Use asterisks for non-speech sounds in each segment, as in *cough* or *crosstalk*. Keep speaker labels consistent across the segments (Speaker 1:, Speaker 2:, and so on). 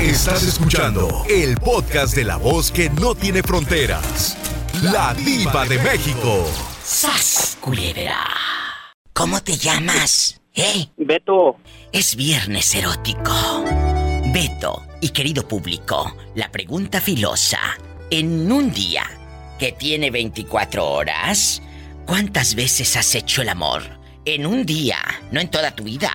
Speaker 1: Estás escuchando el podcast de la voz que no tiene fronteras. La diva de México.
Speaker 2: ¡Sas, culebra! ¿Cómo te llamas? ¿Eh?
Speaker 3: Beto.
Speaker 2: Es viernes erótico. Beto, y querido público, la pregunta filosa. En un día que tiene 24 horas, ¿cuántas veces has hecho el amor? En un día, no en toda tu vida.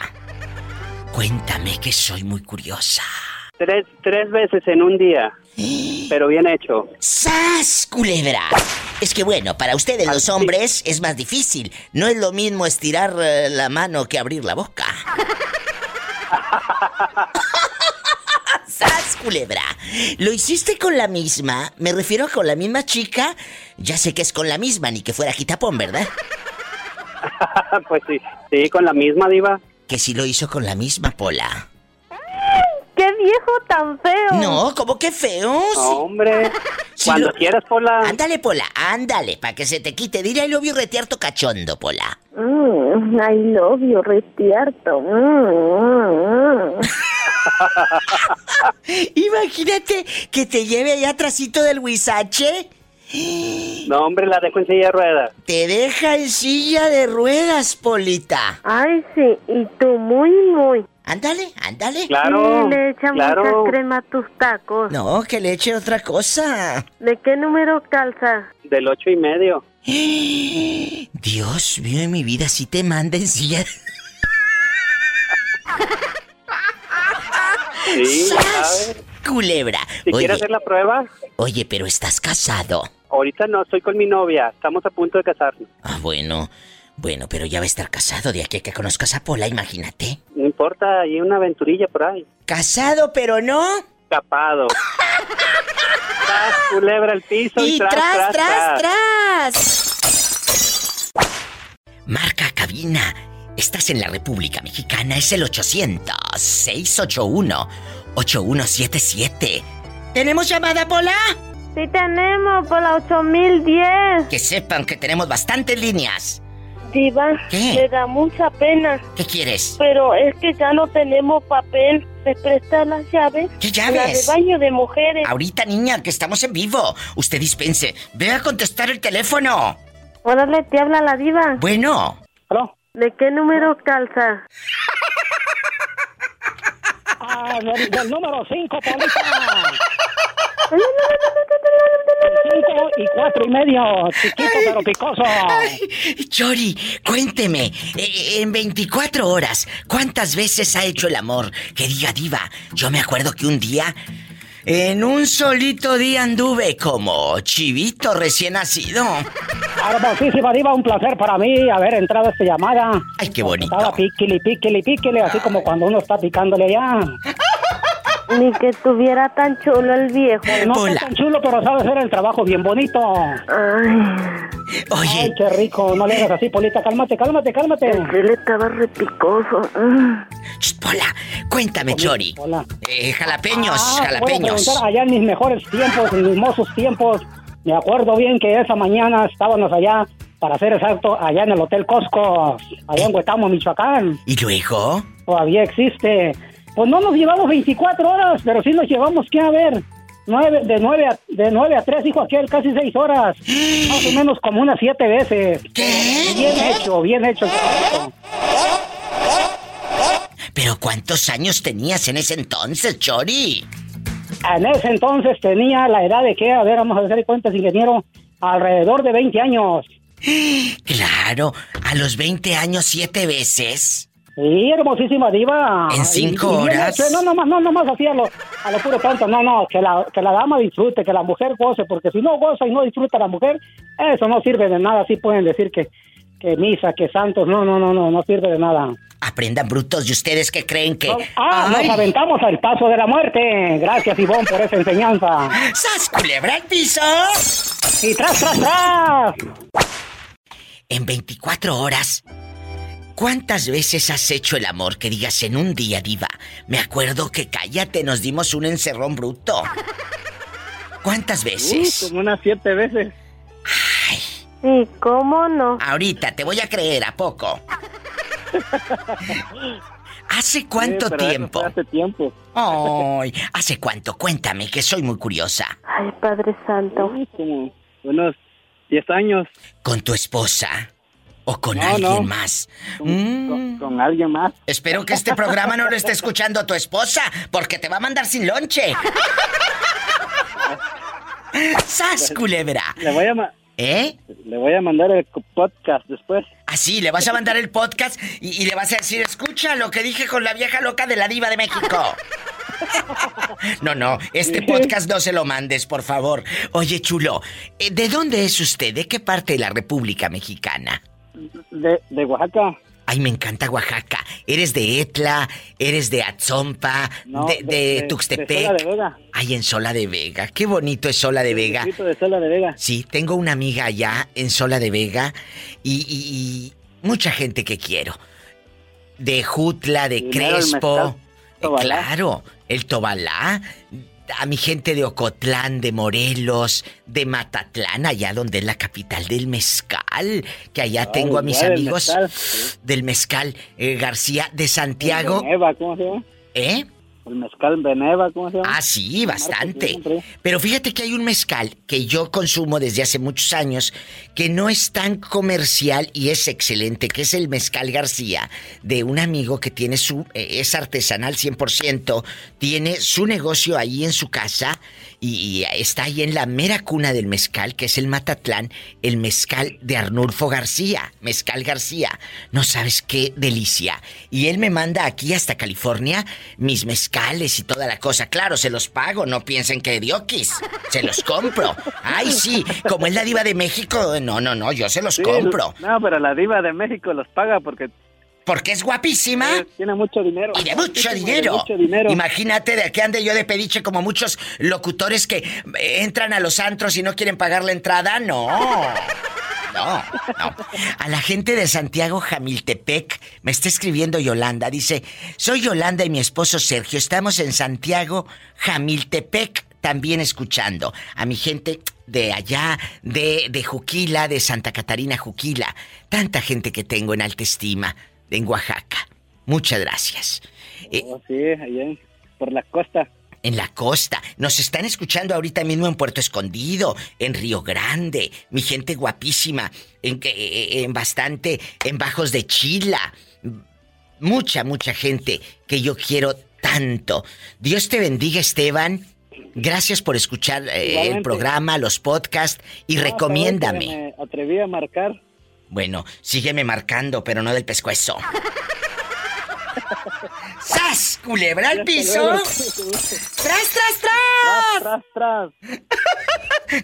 Speaker 2: Cuéntame que soy muy curiosa. Eh,
Speaker 3: Tres, tres veces en un día. Pero bien hecho. *laughs*
Speaker 2: ¡Sas, culebra! Es que bueno, para ustedes los
Speaker 3: Así.
Speaker 2: hombres es más difícil. No es lo mismo estirar eh, la mano que abrir la
Speaker 3: *laughs*
Speaker 2: boca. ¡Sas, culebra! ¿Lo hiciste con la misma? Me refiero a con la misma chica. Ya sé que es con la misma, ni que fuera quitapón, ¿verdad?
Speaker 3: pues sí, sí, con la misma diva.
Speaker 2: Que si lo hizo con la misma Pola.
Speaker 4: ¡Qué viejo tan feo!
Speaker 2: No, como que feo. Sí.
Speaker 3: No, hombre.
Speaker 2: Sí,
Speaker 3: Cuando
Speaker 2: lo-
Speaker 3: quieras, Pola.
Speaker 2: Ándale, Pola, ándale, para que se te quite. Dile al novio retearto cachondo, Pola.
Speaker 4: Mm, I love you, retierto. Mm, mm, mm.
Speaker 2: Imagínate que te lleve allá atrásito del huizache.
Speaker 3: No, hombre, la dejo en silla de ruedas.
Speaker 2: Te deja en silla de ruedas, Polita.
Speaker 4: Ay, sí, y tú muy, muy.
Speaker 2: Ándale, ándale.
Speaker 3: Claro.
Speaker 4: Y le echa
Speaker 3: claro.
Speaker 4: mucha crema a tus tacos.
Speaker 2: No, que le eche otra cosa. *gasps*
Speaker 4: ¿De qué número calza?
Speaker 3: Del ocho y medio.
Speaker 2: Dios mío, en mi vida si te manda en silla de...
Speaker 3: Sí, ya
Speaker 2: ¡Sas!
Speaker 3: sabes.
Speaker 2: Culebra.
Speaker 3: Si
Speaker 2: Oye,
Speaker 3: quieres hacer la prueba,
Speaker 2: oye, pero estás casado.
Speaker 3: ahorita no, estoy con mi novia. Estamos a punto de casarnos.
Speaker 2: Ah, bueno. Bueno, pero ya va a estar casado de aquí a que conozcas a Pola, imagínate.
Speaker 3: No importa, hay una aventurilla por ahí.
Speaker 2: Casado, pero no.
Speaker 3: Capado. tras, culebra el piso y,
Speaker 2: Y
Speaker 3: tras, tras, tras.
Speaker 2: tras. Marca cabina. Estás en la República Mexicana, es el 800-681-8177. ¿Tenemos llamada, Pola?
Speaker 4: Sí tenemos, por la 8010.
Speaker 2: Que sepan que tenemos bastantes líneas.
Speaker 4: Diva,
Speaker 2: ¿Qué?
Speaker 4: me da mucha pena,
Speaker 2: ¿Qué quieres?
Speaker 4: pero es que ya no tenemos papel. ¿Me prestas las llaves?
Speaker 2: ¿Qué
Speaker 4: Las
Speaker 2: llaves?
Speaker 4: de baño de mujeres.
Speaker 2: Ahorita, niña, que estamos en vivo. Usted dispense. Ve a contestar el teléfono.
Speaker 4: Órale, te habla la diva.
Speaker 2: Bueno.
Speaker 3: ¿Aló?
Speaker 4: ¿De qué número calza?
Speaker 5: Ah, del, del número 5, Polita. 5 y 4 y medio. Chiquito pero picoso.
Speaker 2: Chori, cuénteme, eh, en 24 horas, ¿cuántas veces ha hecho el amor? Que diga diva, yo me acuerdo que un día, en un solito día anduve como chivito recién nacido.
Speaker 5: Hermosísima diva, un placer para mí haber entrado a esta llamada.
Speaker 2: Ay, qué bonito.
Speaker 5: Estaba piquili, piquili, piquili, así como cuando uno está picándole allá.
Speaker 4: Ni que tuviera tan chulo el viejo.
Speaker 5: No
Speaker 2: Hola.
Speaker 5: está tan chulo, pero sabe hacer el trabajo bien bonito.
Speaker 4: Ay,
Speaker 5: Ay,
Speaker 2: Oye,
Speaker 5: qué rico. No le hagas así, Polita. Cálmate, cálmate, cálmate.
Speaker 4: él estaba repicoso. Mm.
Speaker 2: ch, Pola, cuéntame, Chori.
Speaker 5: Hola.
Speaker 2: Eh, jalapeños,
Speaker 5: Ah,
Speaker 2: jalapeños.
Speaker 5: voy a preguntar allá en mis mejores tiempos, en mis mozos tiempos. Me acuerdo bien que esa mañana estábamos allá, para ser exacto, allá en el Hotel Costco, allá en Huetamo, Michoacán.
Speaker 2: ¿Y luego?
Speaker 5: Todavía existe. Pues no nos llevamos 24 horas, pero sí nos llevamos, ¿qué? A ver, nueve, de, 9 a, de 9 a 3, dijo aquel, casi 6 horas. Más o menos como unas 7 veces.
Speaker 2: ¿Qué?
Speaker 5: Bien hecho, bien hecho. el trabajo.
Speaker 2: ¿Pero cuántos años tenías en ese entonces, Chori?
Speaker 5: En ese entonces tenía la edad de que, a ver, vamos a hacer cuentas, ingeniero, alrededor de 20 años.
Speaker 2: Claro, a los 20 años, siete veces.
Speaker 5: Sí, hermosísima diva.
Speaker 2: En cinco
Speaker 5: bien
Speaker 2: horas.
Speaker 5: hecho. No, nomás, no, nomás así a lo, a lo puro tanto. No, no, que la, que la dama disfrute, que la mujer goce, porque si no goza y no disfruta la mujer, eso no sirve de nada. Así pueden decir que, que misa, que santos. No, no, no, no, no sirve de nada.
Speaker 2: Aprendan brutos de ustedes que creen que.
Speaker 5: Ah,
Speaker 2: ¡Ay!
Speaker 5: nos aventamos al paso de la muerte. Gracias, Ivonne, por esa enseñanza.
Speaker 2: ¡Sas, culebra al piso!
Speaker 5: Y tras, tras, tras.
Speaker 2: En 24 horas. ¿Cuántas veces has hecho el amor que digas en un día, diva? Me acuerdo que cállate, nos dimos un encerrón bruto. ¿Cuántas veces?
Speaker 3: Uh, como unas siete veces.
Speaker 4: Sí, cómo no.
Speaker 2: Ahorita te voy a creer, ¿a poco? ¿Hace cuánto
Speaker 3: Sí, pero eso
Speaker 2: tiempo?
Speaker 3: fue Hace tiempo.
Speaker 2: Ay, ¿hace cuánto? Cuéntame, que soy muy curiosa.
Speaker 4: Ay, Padre Santo.
Speaker 3: Sí, como unos 10 años
Speaker 2: ¿Con tu esposa? ¿O con
Speaker 3: No,
Speaker 2: alguien
Speaker 3: no.
Speaker 2: más?
Speaker 3: con,
Speaker 2: Mm.
Speaker 3: con- con alguien más.
Speaker 2: Espero que este programa no lo esté escuchando tu esposa, porque te va a mandar sin lonche. ¡Sas, culebra!
Speaker 3: Le voy a, ma-
Speaker 2: ¿Eh?
Speaker 3: le voy a mandar el co- podcast después.
Speaker 2: Así, le vas a mandar el podcast y, y le vas a decir, escucha lo que dije con la vieja loca de la diva de México. No, no, este podcast no se lo mandes, por favor. Oye, chulo, eh, ¿de dónde es usted? ¿De qué parte de la República Mexicana?
Speaker 3: De, de Oaxaca.
Speaker 2: Ay, me encanta Oaxaca. ¿Eres de Etla? ¿Eres de Atzompa?
Speaker 3: No,
Speaker 2: de, de Tuxtepec?
Speaker 3: De Sola de Vega.
Speaker 2: Ay, en Sola de Vega. Qué bonito es Sola de Vega.
Speaker 3: Distrito de Sola de Vega.
Speaker 2: Sí, tengo una amiga allá en Sola de Vega y, y- y mucha gente que quiero. De Jutla, de
Speaker 3: Primero el
Speaker 2: Crespo.
Speaker 3: mezcal,
Speaker 2: Eh,
Speaker 3: Tobalá.
Speaker 2: claro, el Tobalá. A mi gente de Ocotlán, de Morelos, de Matatlán, allá donde es la capital del mezcal. Que allá
Speaker 3: Ay,
Speaker 2: tengo a mis
Speaker 3: igual el
Speaker 2: amigos
Speaker 3: mezcal, sí.
Speaker 2: del mezcal eh, García, de Santiago.
Speaker 3: Beneva, ¿cómo se llama?
Speaker 2: ¿Eh?
Speaker 3: El mezcal Beneva, ¿cómo se llama?
Speaker 2: Ah, sí,
Speaker 3: Marcos,
Speaker 2: bastante.
Speaker 3: yo compré.
Speaker 2: Pero fíjate que hay un mezcal que yo consumo desde hace muchos años que no es tan comercial y es excelente, que es el mezcal García, de un amigo que tiene su eh, es artesanal 100%, tiene su negocio ahí en su casa y, y está ahí en la mera cuna del mezcal, que es el Matatlán, el mezcal de Arnulfo García, mezcal García. No sabes qué delicia. Y él me manda aquí hasta California mis mezcales y toda la cosa. Claro, se los pago, no piensen que dioquis. Se los compro. Ay, sí, como es la diva de México, no, no, no, yo se los
Speaker 3: Sí,
Speaker 2: compro.
Speaker 3: No, pero la diva de México los paga porque
Speaker 2: Porque es guapísima.
Speaker 3: eh, tiene mucho dinero.
Speaker 2: Y de
Speaker 3: Sí,
Speaker 2: mucho
Speaker 3: sí, de
Speaker 2: dinero.
Speaker 3: mucho dinero.
Speaker 2: Imagínate de aquí ande yo de pediche como muchos locutores que eh, entran a los antros y no quieren pagar la entrada. No. No, no. A la gente de Santiago Jamiltepec me está escribiendo Yolanda. Dice, soy Yolanda y mi esposo Sergio. Estamos en Santiago Jamiltepec también escuchando. A mi gente de allá, de, de Juquila, de Santa Catarina Juquila. Tanta gente que tengo en alta estima en Oaxaca. Muchas gracias. Eh,
Speaker 3: Oh, sí, allá en- por la costa.
Speaker 2: en la costa. Nos están escuchando ahorita mismo en Puerto Escondido, en Río Grande, mi gente guapísima, en, que- eh, en bastante, en Bajos de Chila. Mucha, mucha gente que yo quiero tanto. Dios te bendiga, Esteban. Gracias por escuchar eh, el
Speaker 3: Igualmente.
Speaker 2: programa, los podcasts y
Speaker 3: No,
Speaker 2: recomiéndame.
Speaker 3: sabes que Me atreví a marcar.
Speaker 2: Bueno, sígueme marcando, pero no del
Speaker 3: *laughs*
Speaker 2: pescuezo. ¡Sas! ¿Culebra al piso?
Speaker 3: luego.
Speaker 2: ¡Tras, tras, tras!
Speaker 3: *laughs* Tras, tras.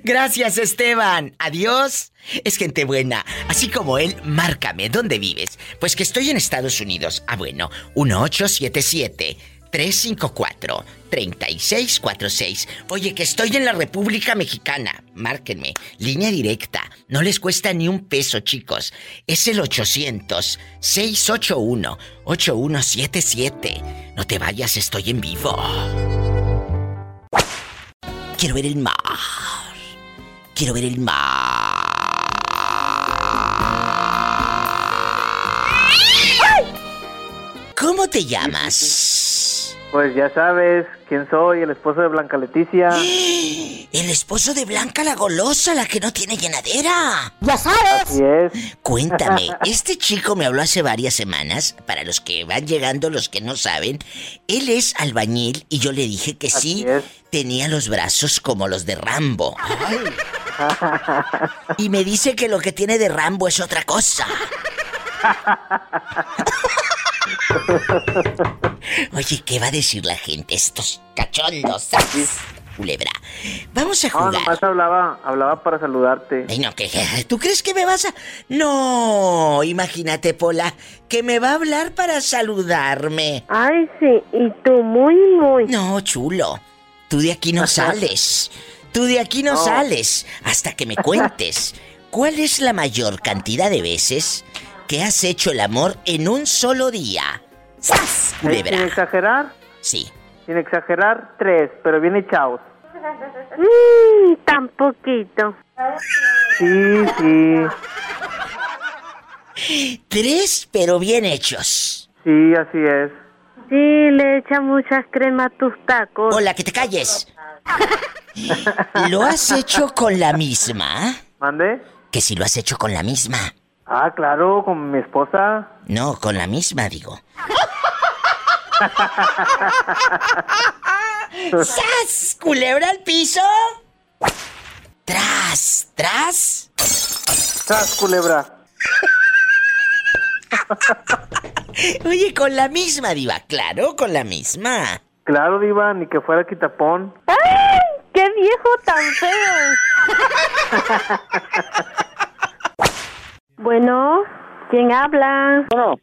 Speaker 2: Gracias, Esteban. Adiós. Es gente buena. Así como él, márcame. ¿Dónde vives? Pues que estoy en Estados Unidos. Ah, bueno, 1877. 354-3646. Oye, que estoy en la República Mexicana. Márquenme. Línea directa. No les cuesta ni un peso, chicos. Es el 800-681-8177. No te vayas, estoy en vivo. Quiero ver el mar. Quiero ver el mar. ¿Cómo te llamas?
Speaker 6: Pues ya sabes quién soy, el esposo de Blanca Leticia.
Speaker 2: El esposo de Blanca la golosa, la que no tiene llenadera.
Speaker 6: Así es. *laughs*
Speaker 2: Cuéntame, este chico me habló hace varias semanas, para los que van llegando, los que no saben, él es albañil y yo le dije que
Speaker 6: Así
Speaker 2: sí,
Speaker 6: es.
Speaker 2: tenía los brazos como los de Rambo. Ay. Y me dice que lo que tiene de Rambo es otra cosa. Oye, ¿qué va a decir la gente? Estos cachondos. ¡zas! Culebra. Vamos a
Speaker 6: No,
Speaker 2: jugar.
Speaker 6: nomás hablaba, hablaba para saludarte.
Speaker 2: Ay, no, que, *laughs* ¿tú crees que me vas a...? No, imagínate, Pola, que me va a hablar para saludarme.
Speaker 4: Ay, sí, y tú muy, muy.
Speaker 2: No, chulo, tú de aquí no sales. Tú de aquí no,
Speaker 6: No.
Speaker 2: sales hasta que me cuentes. ¿Cuál es la mayor cantidad de veces que has hecho el amor en un solo día? ¡Sas!
Speaker 6: Eh, sin
Speaker 2: Culebra.
Speaker 6: exagerar,
Speaker 2: Sí.
Speaker 6: sin exagerar, tres, pero bien echados.
Speaker 4: Mm, tan poquito.
Speaker 6: Sí, sí,
Speaker 2: Tres, pero bien hechos.
Speaker 6: sí, así es.
Speaker 4: Sí, le echa muchas cremas a tus tacos.
Speaker 2: Hola, que te calles. ¿Lo has hecho con la misma?
Speaker 6: ¿Mande?
Speaker 2: Que si lo has hecho con la misma.
Speaker 6: Ah, claro, con mi esposa.
Speaker 2: No, con la misma, digo. ¡Sas! ¿Culebra al piso? ¡Tras! ¡Tras!
Speaker 6: ¡Sas, culebra!
Speaker 2: Oye, con la misma, Diva. Claro, con la misma.
Speaker 6: Claro, Diva, ni que fuera quitapón.
Speaker 4: ¡Ay! ¡Qué viejo tan feo! bueno, ¿quién habla?
Speaker 5: Bueno.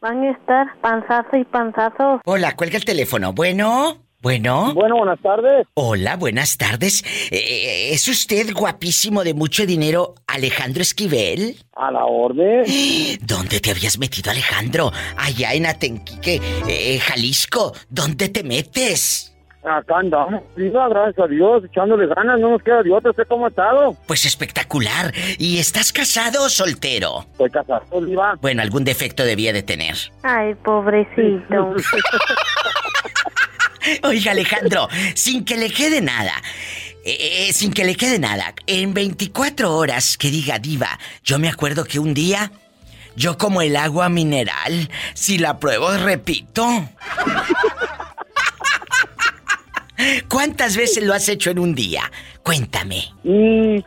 Speaker 4: Van a estar panzazo y panzazo.
Speaker 2: Hola, cuelga el teléfono. Bueno, bueno.
Speaker 5: Bueno, buenas tardes.
Speaker 2: Hola, buenas tardes. Eh, ¿Es usted guapísimo de mucho dinero, Alejandro Esquivel?
Speaker 5: A la orden.
Speaker 2: ¿Dónde te habías metido, Alejandro? Allá en Atenquique, eh, Jalisco. ¿Dónde te metes?
Speaker 5: Acá andamos, viva, gracias a Dios, echándole ganas, no nos queda de otra, sé cómo ha estado.
Speaker 2: Pues espectacular. ¿Y estás casado o soltero?
Speaker 5: Estoy casado, viva.
Speaker 2: Bueno, algún defecto debía de tener.
Speaker 4: Ay, pobrecito.
Speaker 2: Oiga, Alejandro, sin que le quede nada, eh, eh, sin que le quede nada, en 24 horas que diga diva, yo me acuerdo que un día, yo como el agua mineral, si la pruebo, repito. ¿Cuántas veces lo has hecho en un día? Cuéntame.
Speaker 5: Mm,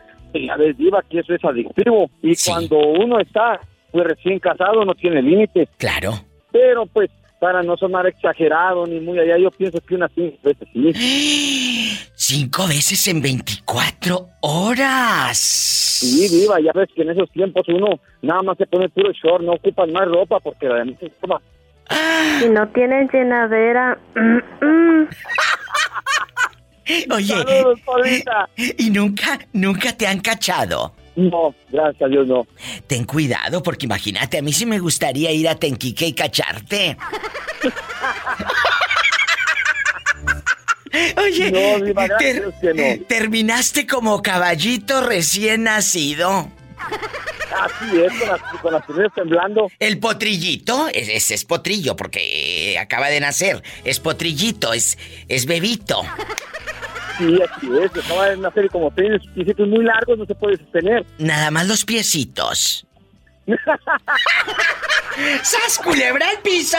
Speaker 5: a ver, Diva, que eso es adictivo. Y sí. cuando uno está pues, recién casado, no tiene límites.
Speaker 2: Claro.
Speaker 5: Pero pues, para no sonar exagerado ni muy allá, yo pienso que unas cinco veces
Speaker 2: sí. ¿Cinco veces en 24 horas?
Speaker 5: Sí, Diva, ya ves que en esos tiempos uno nada más se pone puro short, no ocupan más ropa porque la demás se toma.
Speaker 4: Ah. Si no tienen llenadera. *clears throat* Mm, mm.
Speaker 2: *laughs* Oye, *laughs* ¿y nunca, nunca te han cachado?
Speaker 5: No, gracias a Dios no.
Speaker 2: Ten cuidado, porque imagínate, a mí sí me gustaría ir a Tenquique y cacharte. *laughs* Oye,
Speaker 5: no, mi madre, ter es que
Speaker 2: no. terminaste como caballito recién nacido.
Speaker 5: Así es, con las, con las piernas temblando.
Speaker 2: El potrillito, ese es potrillo, porque acaba de nacer. Es potrillito, es, es bebito.
Speaker 5: Sí, así es, acaba de nacer y como tiene piecitos muy largos no se puede sostener.
Speaker 2: Nada más los piecitos. *laughs* ¡Sas, culebra al piso!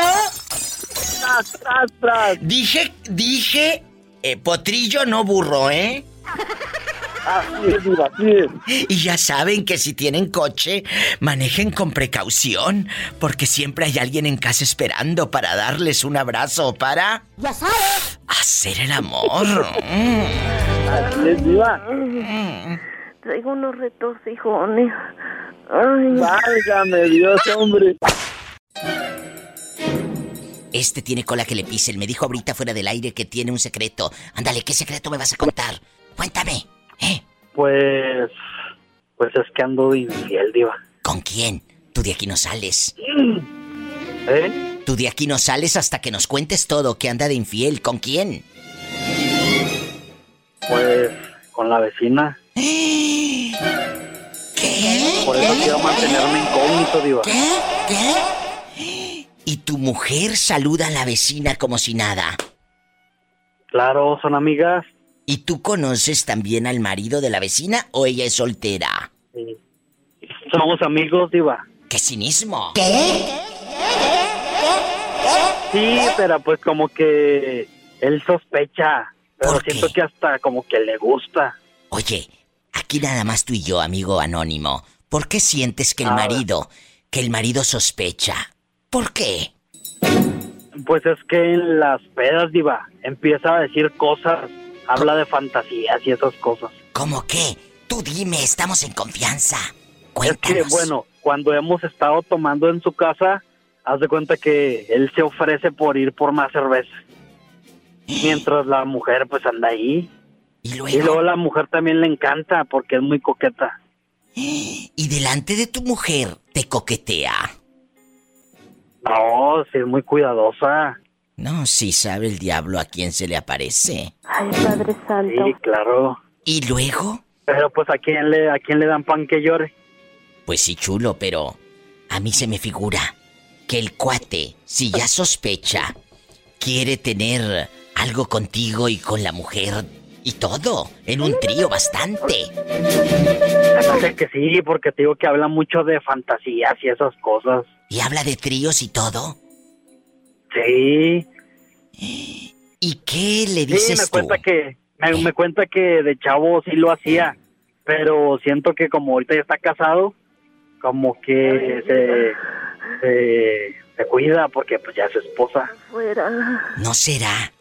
Speaker 5: ¡Tras, tras, tras!
Speaker 2: Dije, dije, eh, potrillo no burro, ¿eh?
Speaker 5: Así es, diva, así es.
Speaker 2: Y ya saben que si tienen coche, manejen con precaución, porque siempre hay alguien en casa esperando para darles un abrazo para.
Speaker 4: ¡Ya sabes!
Speaker 2: Hacer el amor.
Speaker 5: mm. Así es, diva.
Speaker 4: Mm. Traigo unos retorcijones. Ay.
Speaker 5: Válgame Dios, hombre.
Speaker 2: Este tiene cola que le pisen. Me dijo ahorita fuera del aire que tiene un secreto. Ándale, ¿qué secreto me vas a contar? Cuéntame. ¿Eh?
Speaker 6: Pues. Pues es que ando infiel, Diva.
Speaker 2: ¿Con quién? Tú de aquí no sales.
Speaker 6: ¿Eh?
Speaker 2: Tú de aquí no sales hasta que nos cuentes todo que anda de infiel. ¿Con quién?
Speaker 6: Pues. con la vecina.
Speaker 2: *gasps* ¿Qué?
Speaker 6: Por eso quiero mantenerme incógnito, Diva.
Speaker 2: ¿Qué? ¿Eh? ¿Qué? ¿Y tu mujer saluda a la vecina como si nada?
Speaker 6: Claro, son amigas.
Speaker 2: ¿Y tú conoces también al marido de la vecina o ella es soltera?
Speaker 6: Sí. Somos amigos, Diva.
Speaker 2: ¡Qué cinismo!
Speaker 4: ¿Qué?
Speaker 6: Sí, pero pues como que él sospecha. Pero
Speaker 2: ¿Por
Speaker 6: siento
Speaker 2: qué?
Speaker 6: que hasta como que le gusta.
Speaker 2: Oye, aquí nada más tú y yo, amigo anónimo. ¿Por qué sientes que el
Speaker 6: A ver.
Speaker 2: marido, que el marido sospecha? ¿Por qué?
Speaker 6: Pues es que en las pedas, Diva, empieza a decir cosas. Habla de fantasías y esas cosas.
Speaker 2: ¿Cómo qué? Tú dime, estamos en confianza.
Speaker 6: Es
Speaker 2: Cuéntanos.
Speaker 6: que, bueno, cuando hemos estado tomando en su casa, haz de cuenta que él se ofrece por ir por más cerveza. Mientras la mujer pues anda ahí.
Speaker 2: Y luego.
Speaker 6: Y luego la mujer también le encanta porque es muy coqueta.
Speaker 2: Y delante de tu mujer te coquetea.
Speaker 6: No, sí, es muy cuidadosa.
Speaker 2: No, si sabe el diablo a quién se le aparece.
Speaker 4: Ay, Padre Santo.
Speaker 6: Sí, claro.
Speaker 2: Y luego.
Speaker 6: Pero pues a quién le, a quién le dan pan que llore.
Speaker 2: Pues sí, chulo, pero a mí se me figura que el cuate, si ya sospecha, quiere tener algo contigo y con la mujer y todo, en un trío bastante.
Speaker 6: Parece que sí, porque te digo que habla mucho de fantasías y esas cosas.
Speaker 2: ¿Y habla de tríos y todo?
Speaker 6: Sí.
Speaker 2: ¿Y qué le dices
Speaker 6: sí, me cuenta
Speaker 2: tú?
Speaker 6: que me, me cuenta que de chavo sí lo hacía, pero siento que como ahorita ya está casado, como que se, se, se cuida porque pues ya es su esposa.
Speaker 4: Fuera.
Speaker 2: ¿No será?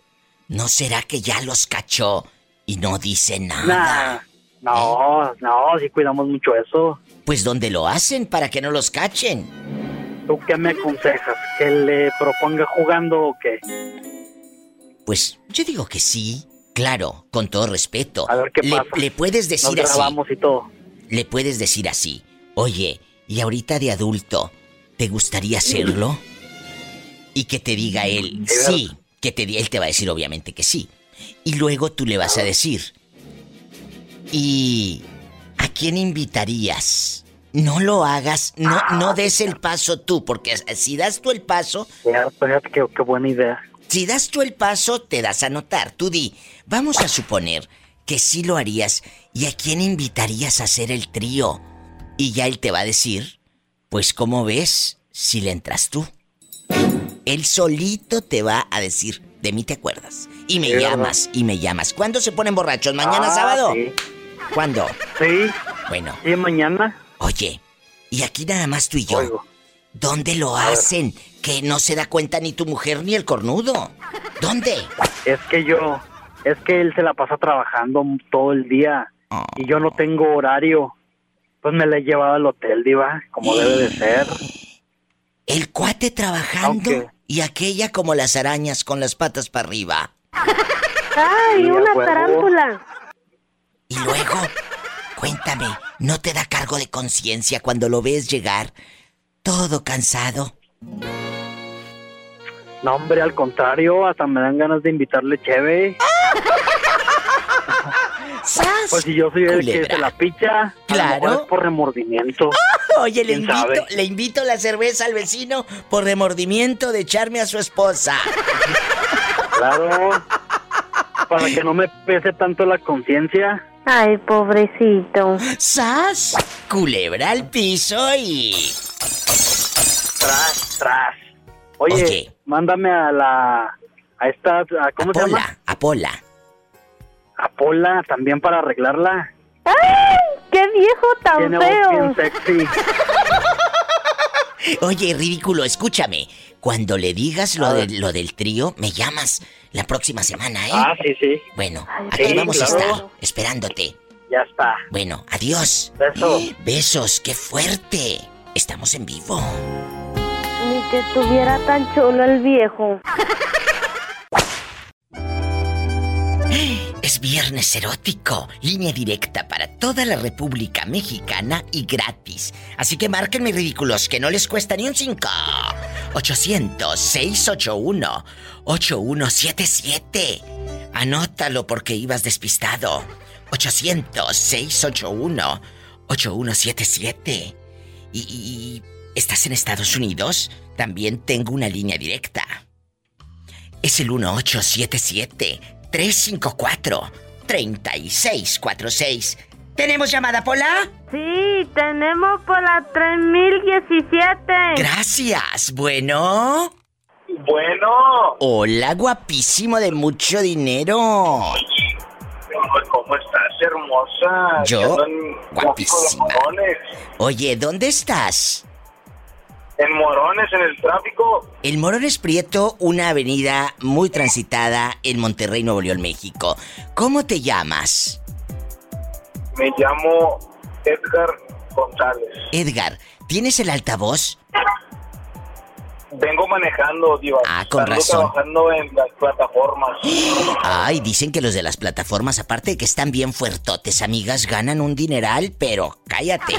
Speaker 2: ¿No será que ya los cachó y no dice
Speaker 6: Nah,
Speaker 2: nada?
Speaker 6: no, no, sí cuidamos mucho eso.
Speaker 2: Pues ¿dónde lo hacen para que no los cachen?
Speaker 6: ¿Tú qué me aconsejas? ¿Que le proponga jugando o qué?
Speaker 2: Pues yo digo que sí. Claro, con todo respeto.
Speaker 6: A ver qué
Speaker 2: le,
Speaker 6: pasa.
Speaker 2: le puedes
Speaker 6: Nos
Speaker 2: decir así.
Speaker 6: grabamos y todo.
Speaker 2: Le puedes decir así. Oye, y ahorita de adulto, ¿te gustaría hacerlo? Y que te diga él,
Speaker 6: Sí,
Speaker 2: sí. Que te, di- él te va a decir obviamente que sí. Y luego tú le vas a decir. ¿Y a quién invitarías? No lo hagas, no, no des el paso tú, porque si das tú el paso,
Speaker 6: Cierto, fíjate qué, qué buena idea.
Speaker 2: si das tú el paso, te das a notar. Tú di, vamos a suponer que sí lo harías y a quién invitarías a hacer el trío. Y ya él te va a decir, pues ¿cómo ves si le entras tú? Él solito te va a decir, de mí te acuerdas. Y me
Speaker 6: Sí, ¿verdad?
Speaker 2: llamas, y me llamas. ¿Cuándo se ponen borrachos? ¿Mañana
Speaker 6: Ah,
Speaker 2: sábado?
Speaker 6: Sí.
Speaker 2: ¿Cuándo?
Speaker 6: sí,
Speaker 2: Bueno,
Speaker 6: sí, mañana.
Speaker 2: oye, y aquí nada más tú y yo.
Speaker 6: Oigo.
Speaker 2: ¿Dónde lo hacen? Que no se da cuenta ni tu mujer ni el cornudo. ¿Dónde?
Speaker 6: *laughs* Es que yo, es que él se la pasa trabajando todo el día
Speaker 2: Ah.
Speaker 6: y yo no tengo horario. Pues me la he llevado al hotel, diva, como debe de ser.
Speaker 2: El cuate trabajando
Speaker 6: Aunque-
Speaker 2: y aquella como las arañas con las patas para arriba.
Speaker 4: ¡Ay,
Speaker 6: Sí, a
Speaker 4: una
Speaker 6: huevo.
Speaker 4: tarántula!
Speaker 2: Y luego, cuéntame, ¿no te da cargo de conciencia cuando lo ves llegar todo cansado?
Speaker 6: No, hombre, al contrario, hasta me dan ganas de invitarle cheve.
Speaker 2: ¡Sas!
Speaker 6: Pues si yo soy el que
Speaker 2: Culebra.
Speaker 6: se la picha, a lo
Speaker 2: Claro.
Speaker 6: mejor es por remordimiento.
Speaker 2: Oye, le
Speaker 6: ¿Quién
Speaker 2: invito,
Speaker 6: sabe?
Speaker 2: le invito la cerveza al vecino por remordimiento de echarme a su esposa.
Speaker 6: Claro. Para que no me pese tanto la conciencia.
Speaker 4: ¡Ay, pobrecito!
Speaker 2: ¡Sas! Culebra al piso y...
Speaker 6: Tras, tras. Oye,
Speaker 2: Oye.
Speaker 6: mándame a la. A esta. a- ¿Cómo se llama?
Speaker 2: Apola, Apola.
Speaker 6: A Pola también para arreglarla.
Speaker 4: ¡Qué viejo tan
Speaker 6: Tiene voz
Speaker 4: feo!
Speaker 6: bien
Speaker 2: *laughs*
Speaker 6: sexy.
Speaker 2: Oye, ridículo, escúchame. Cuando le digas lo, de, lo del trío, me llamas la próxima semana, ¿eh?
Speaker 6: Ah, sí, sí.
Speaker 2: Bueno,
Speaker 4: Ay,
Speaker 2: aquí
Speaker 6: sí,
Speaker 2: vamos
Speaker 6: claro.
Speaker 2: a estar, esperándote.
Speaker 6: Ya está.
Speaker 2: Bueno, adiós.
Speaker 6: Beso.
Speaker 2: *gasps* Besos, qué fuerte. Estamos en vivo.
Speaker 4: Ni que estuviera tan chulo el viejo.
Speaker 2: Es viernes erótico, línea directa para toda la República Mexicana y gratis. Así que márquenme ridículos que no les cuesta ni un 5. 800-681-8177. Anótalo porque ibas despistado. 800-681-8177. Y, y- y- ¿Estás en Estados Unidos? También tengo una línea directa es el 1877-354-3646. ¿Tenemos llamada, Pola?
Speaker 4: Sí, tenemos por la 3017.
Speaker 2: Gracias. Bueno.
Speaker 7: Bueno,
Speaker 2: Hola, guapísimo de mucho dinero.
Speaker 7: ¿cómo estás, hermosa?
Speaker 2: Yo,
Speaker 7: Que andan
Speaker 2: guapísima.
Speaker 7: locos los morones.
Speaker 2: Oye, ¿dónde estás?
Speaker 7: En morones, en el tráfico.
Speaker 2: El Morón es Prieto, una avenida muy transitada en Monterrey, Nuevo León, México. ¿Cómo te llamas?
Speaker 7: Me llamo Edgar González.
Speaker 2: Edgar, ¿tienes el altavoz?
Speaker 7: Vengo manejando, Diva.
Speaker 2: Ah, con
Speaker 7: Ando
Speaker 2: razón.
Speaker 7: trabajando en las
Speaker 2: *gasps*
Speaker 7: plataformas.
Speaker 2: Ay, dicen que los de las plataformas, aparte de que están bien fuertotes, amigas, ganan un dineral, pero cállate.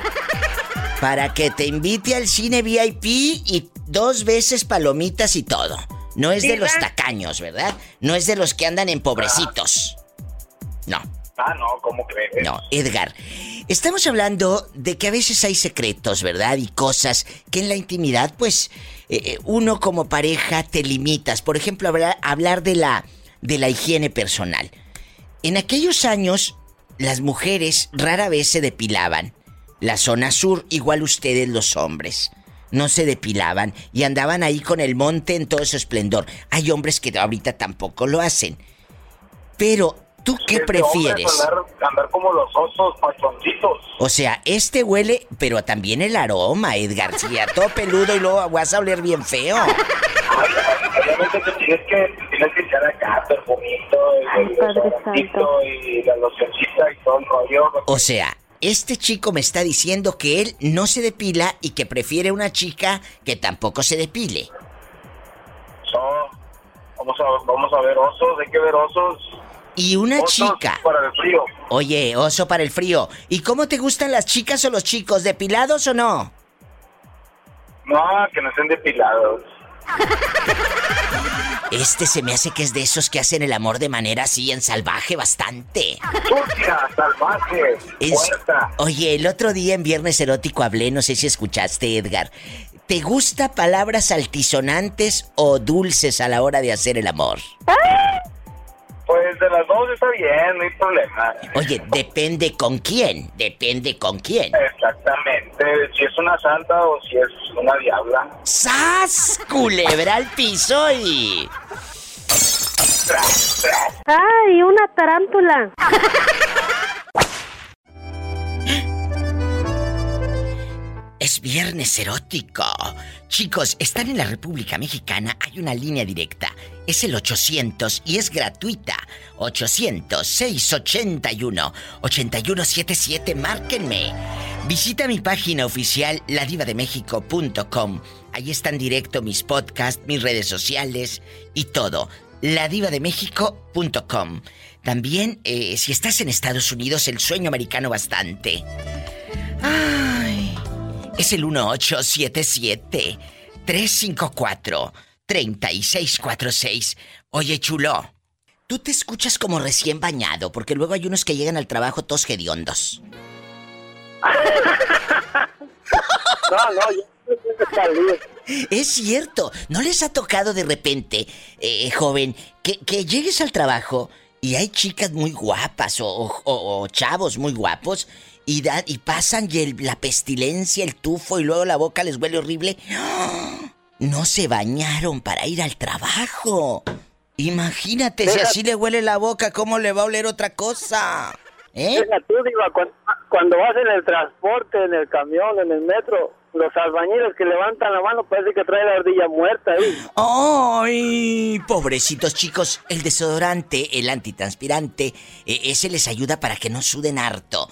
Speaker 2: Para que te invite al cine VIP y dos veces palomitas y todo. No es de los tacaños, ¿verdad? No es de los que andan en pobrecitos. No,
Speaker 7: Ah, no, ¿cómo crees?
Speaker 2: no, Edgar. Estamos hablando de que a veces hay secretos, ¿verdad? Y cosas que en la intimidad, pues, eh, uno como pareja te limitas. Por ejemplo, hablar, hablar de, la, de la higiene personal. En aquellos años, las mujeres rara vez se depilaban. La zona sur, igual ustedes los hombres. No se depilaban y andaban ahí con el monte en todo su esplendor. Hay hombres que ahorita tampoco lo hacen. Pero, ¿tú qué
Speaker 7: Este
Speaker 8: pues,
Speaker 2: prefieres?
Speaker 7: hombre, Andar, andar como los osos pachoncitos.
Speaker 2: O sea, este huele, pero también el aroma, Edgar. Si a todo peludo y luego vas a oler bien feo.
Speaker 7: Obviamente te tienes que, tienes que echar acá perfumito y
Speaker 4: Ay,
Speaker 7: el
Speaker 4: Padre
Speaker 7: desodorantito
Speaker 4: Santo.
Speaker 7: y la locioncita y todo el rollo.
Speaker 2: O sea, este chico me está diciendo que él no se depila y que prefiere una chica que tampoco se depile.
Speaker 7: No, vamos a, vamos a ver osos, hay que ver osos.
Speaker 2: Y una
Speaker 7: osos
Speaker 2: chica.
Speaker 7: para el frío.
Speaker 2: Oye, oso para el frío. ¿Y cómo te gustan las chicas o los chicos? ¿Depilados o no?
Speaker 7: No, que no estén depilados.
Speaker 2: Este se me hace que es de esos que hacen el amor de manera así en salvaje bastante. *laughs*
Speaker 7: Sucia, salvaje,
Speaker 2: Es-
Speaker 7: puerta.
Speaker 2: Oye, el otro día en Viernes Erótico hablé, no sé si escuchaste, Edgar. ¿Te gusta palabras altisonantes o dulces a la hora de hacer el amor?
Speaker 7: Pues de las dos está bien, no hay problema.
Speaker 2: Oye, depende con quién, depende con quién.
Speaker 7: Exactamente, si es una santa o si es una diabla.
Speaker 2: ¡Sas! Culebra al piso y...
Speaker 4: ¡Ay, una tarántula!
Speaker 2: Es viernes erótico. Chicos, están en la República Mexicana, hay una línea directa. Es el 800 y es gratuita. 800-681-8177, márquenme. Visita mi página oficial ladivademexico.com. Ahí están directo mis podcasts, mis redes sociales y todo. ladivademexico.com. También, eh, si estás en Estados Unidos, el sueño americano bastante. Ay. Es el 1877 354 3646. Oye, chulo. Tú te escuchas como recién bañado, porque luego hay unos que llegan al trabajo todos hediondos.
Speaker 6: No, no, yo salir.
Speaker 2: Es cierto, ¿no les ha tocado de repente, eh, joven, que, que llegues al trabajo y hay chicas muy guapas o, o- o- o chavos muy guapos y, da- y pasan y el- la pestilencia, el tufo y luego la boca les huele horrible? ¡Ah! No se bañaron para ir al trabajo. Imagínate, si así le huele la boca, ¿cómo le va a oler otra cosa? ¿Eh?
Speaker 6: Deja tú, Diva, cuan- cuando, vas en el transporte, en el camión, en el metro, los albañiles que levantan la mano parece que trae la ardilla muerta ahí.
Speaker 2: ¡Ay! Pobrecitos chicos, el desodorante, el antitranspirante, eh, ese les ayuda para que no suden harto.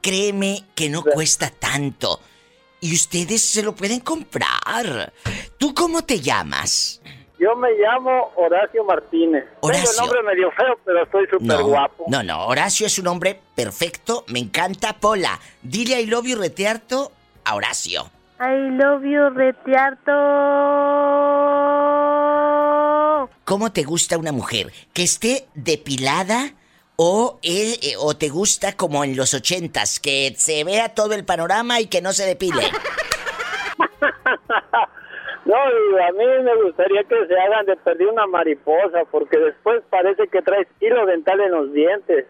Speaker 2: Créeme que no cuesta tanto. Y ustedes se lo pueden comprar. ¿Tú cómo te llamas?
Speaker 6: Yo me llamo Horacio Martínez. Tengo
Speaker 2: Horacio.
Speaker 6: el nombre medio feo, pero estoy súper guapo.
Speaker 2: no, no, Horacio es un hombre perfecto, me encanta Pola. Dile I love you retearto a Horacio.
Speaker 4: I love you, retiarto.
Speaker 2: ¿Cómo te gusta una mujer? ¿Que esté depilada o, eh, eh, o te gusta como en los ochentas? Que se vea todo el panorama y que no se depile.
Speaker 6: No, y a mí me gustaría que se hagan de perder una mariposa, porque después parece que traes hilo dental en los dientes.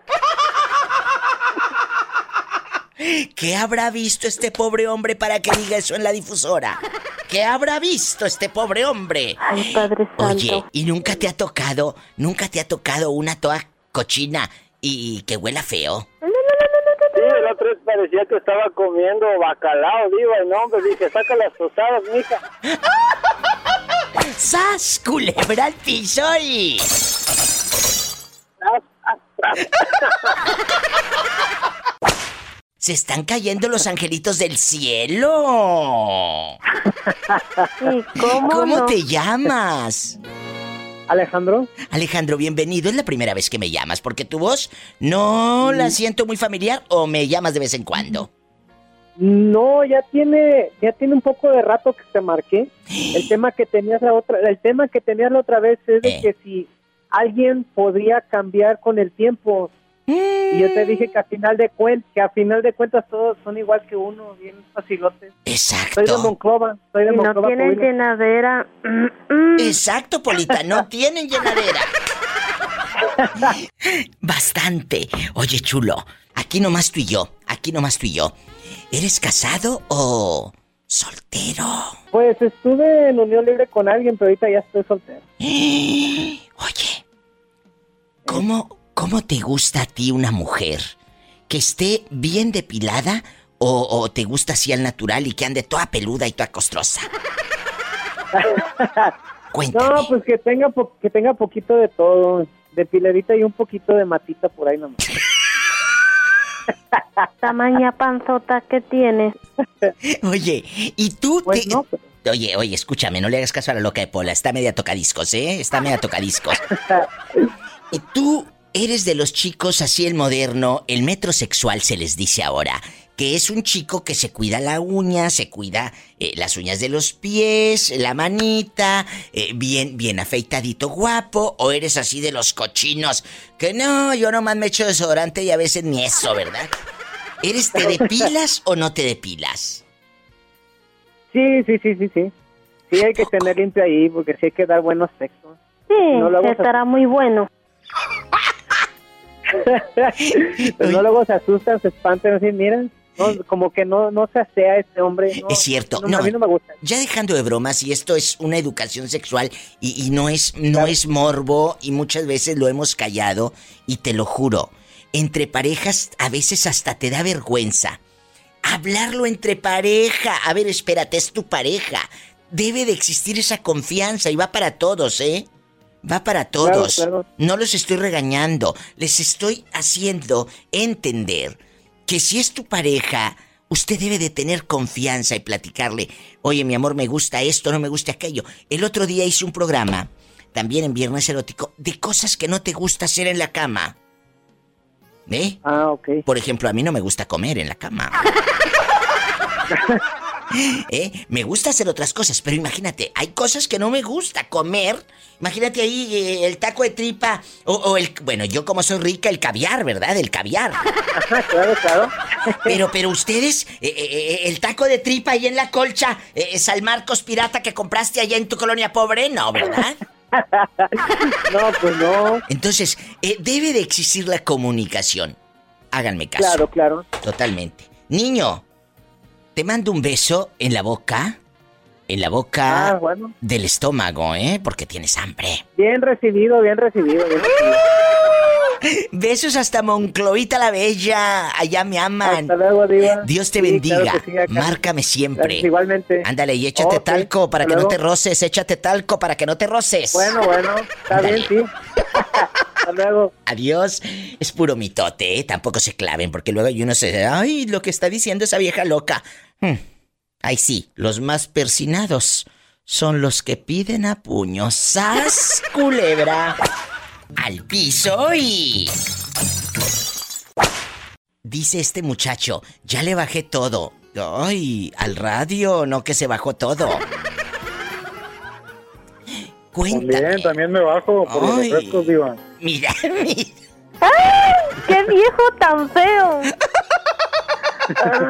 Speaker 2: ¿Qué habrá visto este pobre hombre para que diga eso en la difusora? ¿Qué habrá visto este pobre hombre?
Speaker 4: Ay, Padre Santo.
Speaker 2: Oye, ¿y nunca te ha tocado, nunca te ha tocado una toa cochina y, y que huela feo?
Speaker 6: Sí, el otro día parecía que estaba comiendo bacalao, Diva, y no, hombre, dije, saca las tostadas, mija.
Speaker 2: ¡Sas, culebra al piso y... Se están cayendo los angelitos del cielo.
Speaker 4: ¿Y cómo,
Speaker 2: ¿Cómo
Speaker 4: no?
Speaker 2: te llamas?
Speaker 6: Alejandro,
Speaker 2: Alejandro, bienvenido. Es la primera vez que me llamas porque tu voz no
Speaker 9: Mm.
Speaker 2: la siento muy familiar o me llamas de vez en cuando.
Speaker 6: No, ya tiene, ya tiene un poco de rato que te marqué. El tema que tenías la otra, el tema que tenías la otra vez es de
Speaker 2: Eh.
Speaker 6: que si alguien podría cambiar con el tiempo.
Speaker 9: Y yo te dije que a final de cuentas, que a final de cuentas todos son igual que uno, bien facilotes.
Speaker 2: Exacto.
Speaker 9: Soy de Monclova, soy de
Speaker 4: Si no
Speaker 9: Monclova,
Speaker 4: tienen
Speaker 9: Coahuila.
Speaker 4: llenadera. mm, mm.
Speaker 2: Exacto, Polita,
Speaker 9: *laughs*
Speaker 2: no tienen llenadera. Bastante. Oye, chulo, aquí nomás tú y yo, aquí nomás tú y yo. ¿Eres casado o soltero? *gasps*
Speaker 9: Pues estuve en unión libre con alguien, pero ahorita ya estoy soltero.
Speaker 2: Oye, ¿cómo, ¿cómo te gusta a ti una mujer? ¿Que esté bien depilada o, o te gusta así al natural y que ande toda peluda y
Speaker 9: *laughs*
Speaker 2: toda costrosa? Cuéntame.
Speaker 9: No, pues que tenga po- que tenga poquito de todo, de pilerita y un poquito de matita por ahí nomás.
Speaker 4: Tamaña panzota que tienes.
Speaker 2: Oye, ¿y tú
Speaker 9: Pues
Speaker 2: te-
Speaker 9: no, pero-
Speaker 2: Oye, oye, escúchame, no le hagas caso a la loca de Pola, está media tocadiscos, ¿eh? Está media tocadiscos. ¿Y tú eres de los chicos así el moderno, el metrosexual se les dice ahora, que es un chico que se cuida la uña, se cuida eh, las uñas de los pies, la manita, eh, bien, bien afeitadito, guapo, o eres así de los cochinos, que no, yo nomás me echo desodorante y a veces ni eso, ¿verdad? ¿Eres te depilas o no te depilas?
Speaker 9: Sí, sí, sí, sí, sí. Sí hay que tener limpio ahí porque sí hay que dar buenos sexos.
Speaker 4: Sí,
Speaker 9: No lo hago
Speaker 4: estará muy bueno.
Speaker 9: Pero Pues no luego se asustan, se espantan, así, miren, no, como que no no se asea este hombre. no,
Speaker 2: Es cierto,
Speaker 9: no,
Speaker 2: no.
Speaker 9: a mí no me gusta.
Speaker 2: Ya dejando de bromas, y esto es una educación sexual y, y no es no
Speaker 9: Claro.
Speaker 2: es morbo y muchas veces lo hemos callado y te lo juro, entre parejas a veces hasta te da vergüenza hablarlo entre pareja. A ver, espérate, es tu pareja. Debe de existir esa confianza y va para todos, ¿eh? Va para todos.
Speaker 9: claro.
Speaker 2: No los estoy regañando, les estoy haciendo entender que si es tu pareja, usted debe de tener confianza y platicarle, oye mi amor, me gusta esto, no me gusta aquello. El otro día hice un programa, también en Viernes Erótico, de cosas que no te gusta hacer en la cama. ¿Eh?
Speaker 9: Ah, ok.
Speaker 2: Por ejemplo, a mí no me gusta comer en la cama. ¿Eh? Me gusta hacer otras cosas, pero imagínate, hay cosas que no me gusta comer. Imagínate ahí eh, el taco de tripa o, o el... Bueno, yo como soy rica, el caviar, ¿verdad? El caviar.
Speaker 9: Claro, claro.
Speaker 2: Pero, pero ustedes, eh, eh, eh, el taco de tripa ahí en la colcha, eh, San Marcos pirata que compraste allá en tu colonia pobre, no, ¿verdad?
Speaker 9: No, pues no.
Speaker 2: Entonces, eh, debe de existir la comunicación. Háganme caso.
Speaker 9: Claro, claro.
Speaker 2: Totalmente. Niño, te mando un beso en la boca. En la boca
Speaker 9: Ah, bueno.
Speaker 2: del estómago, ¿eh? Porque tienes hambre.
Speaker 9: Bien recibido, bien recibido, bien recibido.
Speaker 2: Besos hasta Moncloita la Bella. Allá me aman.
Speaker 9: Hasta luego, Diva.
Speaker 2: Dios te
Speaker 9: Sí,
Speaker 2: bendiga.
Speaker 9: claro que sí, acá.
Speaker 2: Márcame siempre.
Speaker 9: Gracias, igualmente.
Speaker 2: Ándale, y échate
Speaker 9: Ok,
Speaker 2: talco para
Speaker 9: hasta
Speaker 2: que no
Speaker 9: luego.
Speaker 2: te roces. Échate talco para que no te roces.
Speaker 9: Bueno, bueno, está
Speaker 2: Ándale.
Speaker 9: bien, sí. *laughs* Hasta luego.
Speaker 2: Adiós. Es puro mitote, ¿eh? Tampoco se claven, porque luego hay uno se... Ay, lo que está diciendo esa vieja loca. Hmm. Ay, sí, los más persinados son los que piden a puños. ¡Sas, *laughs* culebra! Al piso y... Dice este muchacho, ya le bajé todo. Ay, al radio, no que se bajó todo. Cuéntame.
Speaker 10: También, también me bajo por los
Speaker 2: Ay.
Speaker 10: refrescos, Diva.
Speaker 2: Mira, *laughs* mira.
Speaker 4: ¡Qué viejo tan feo!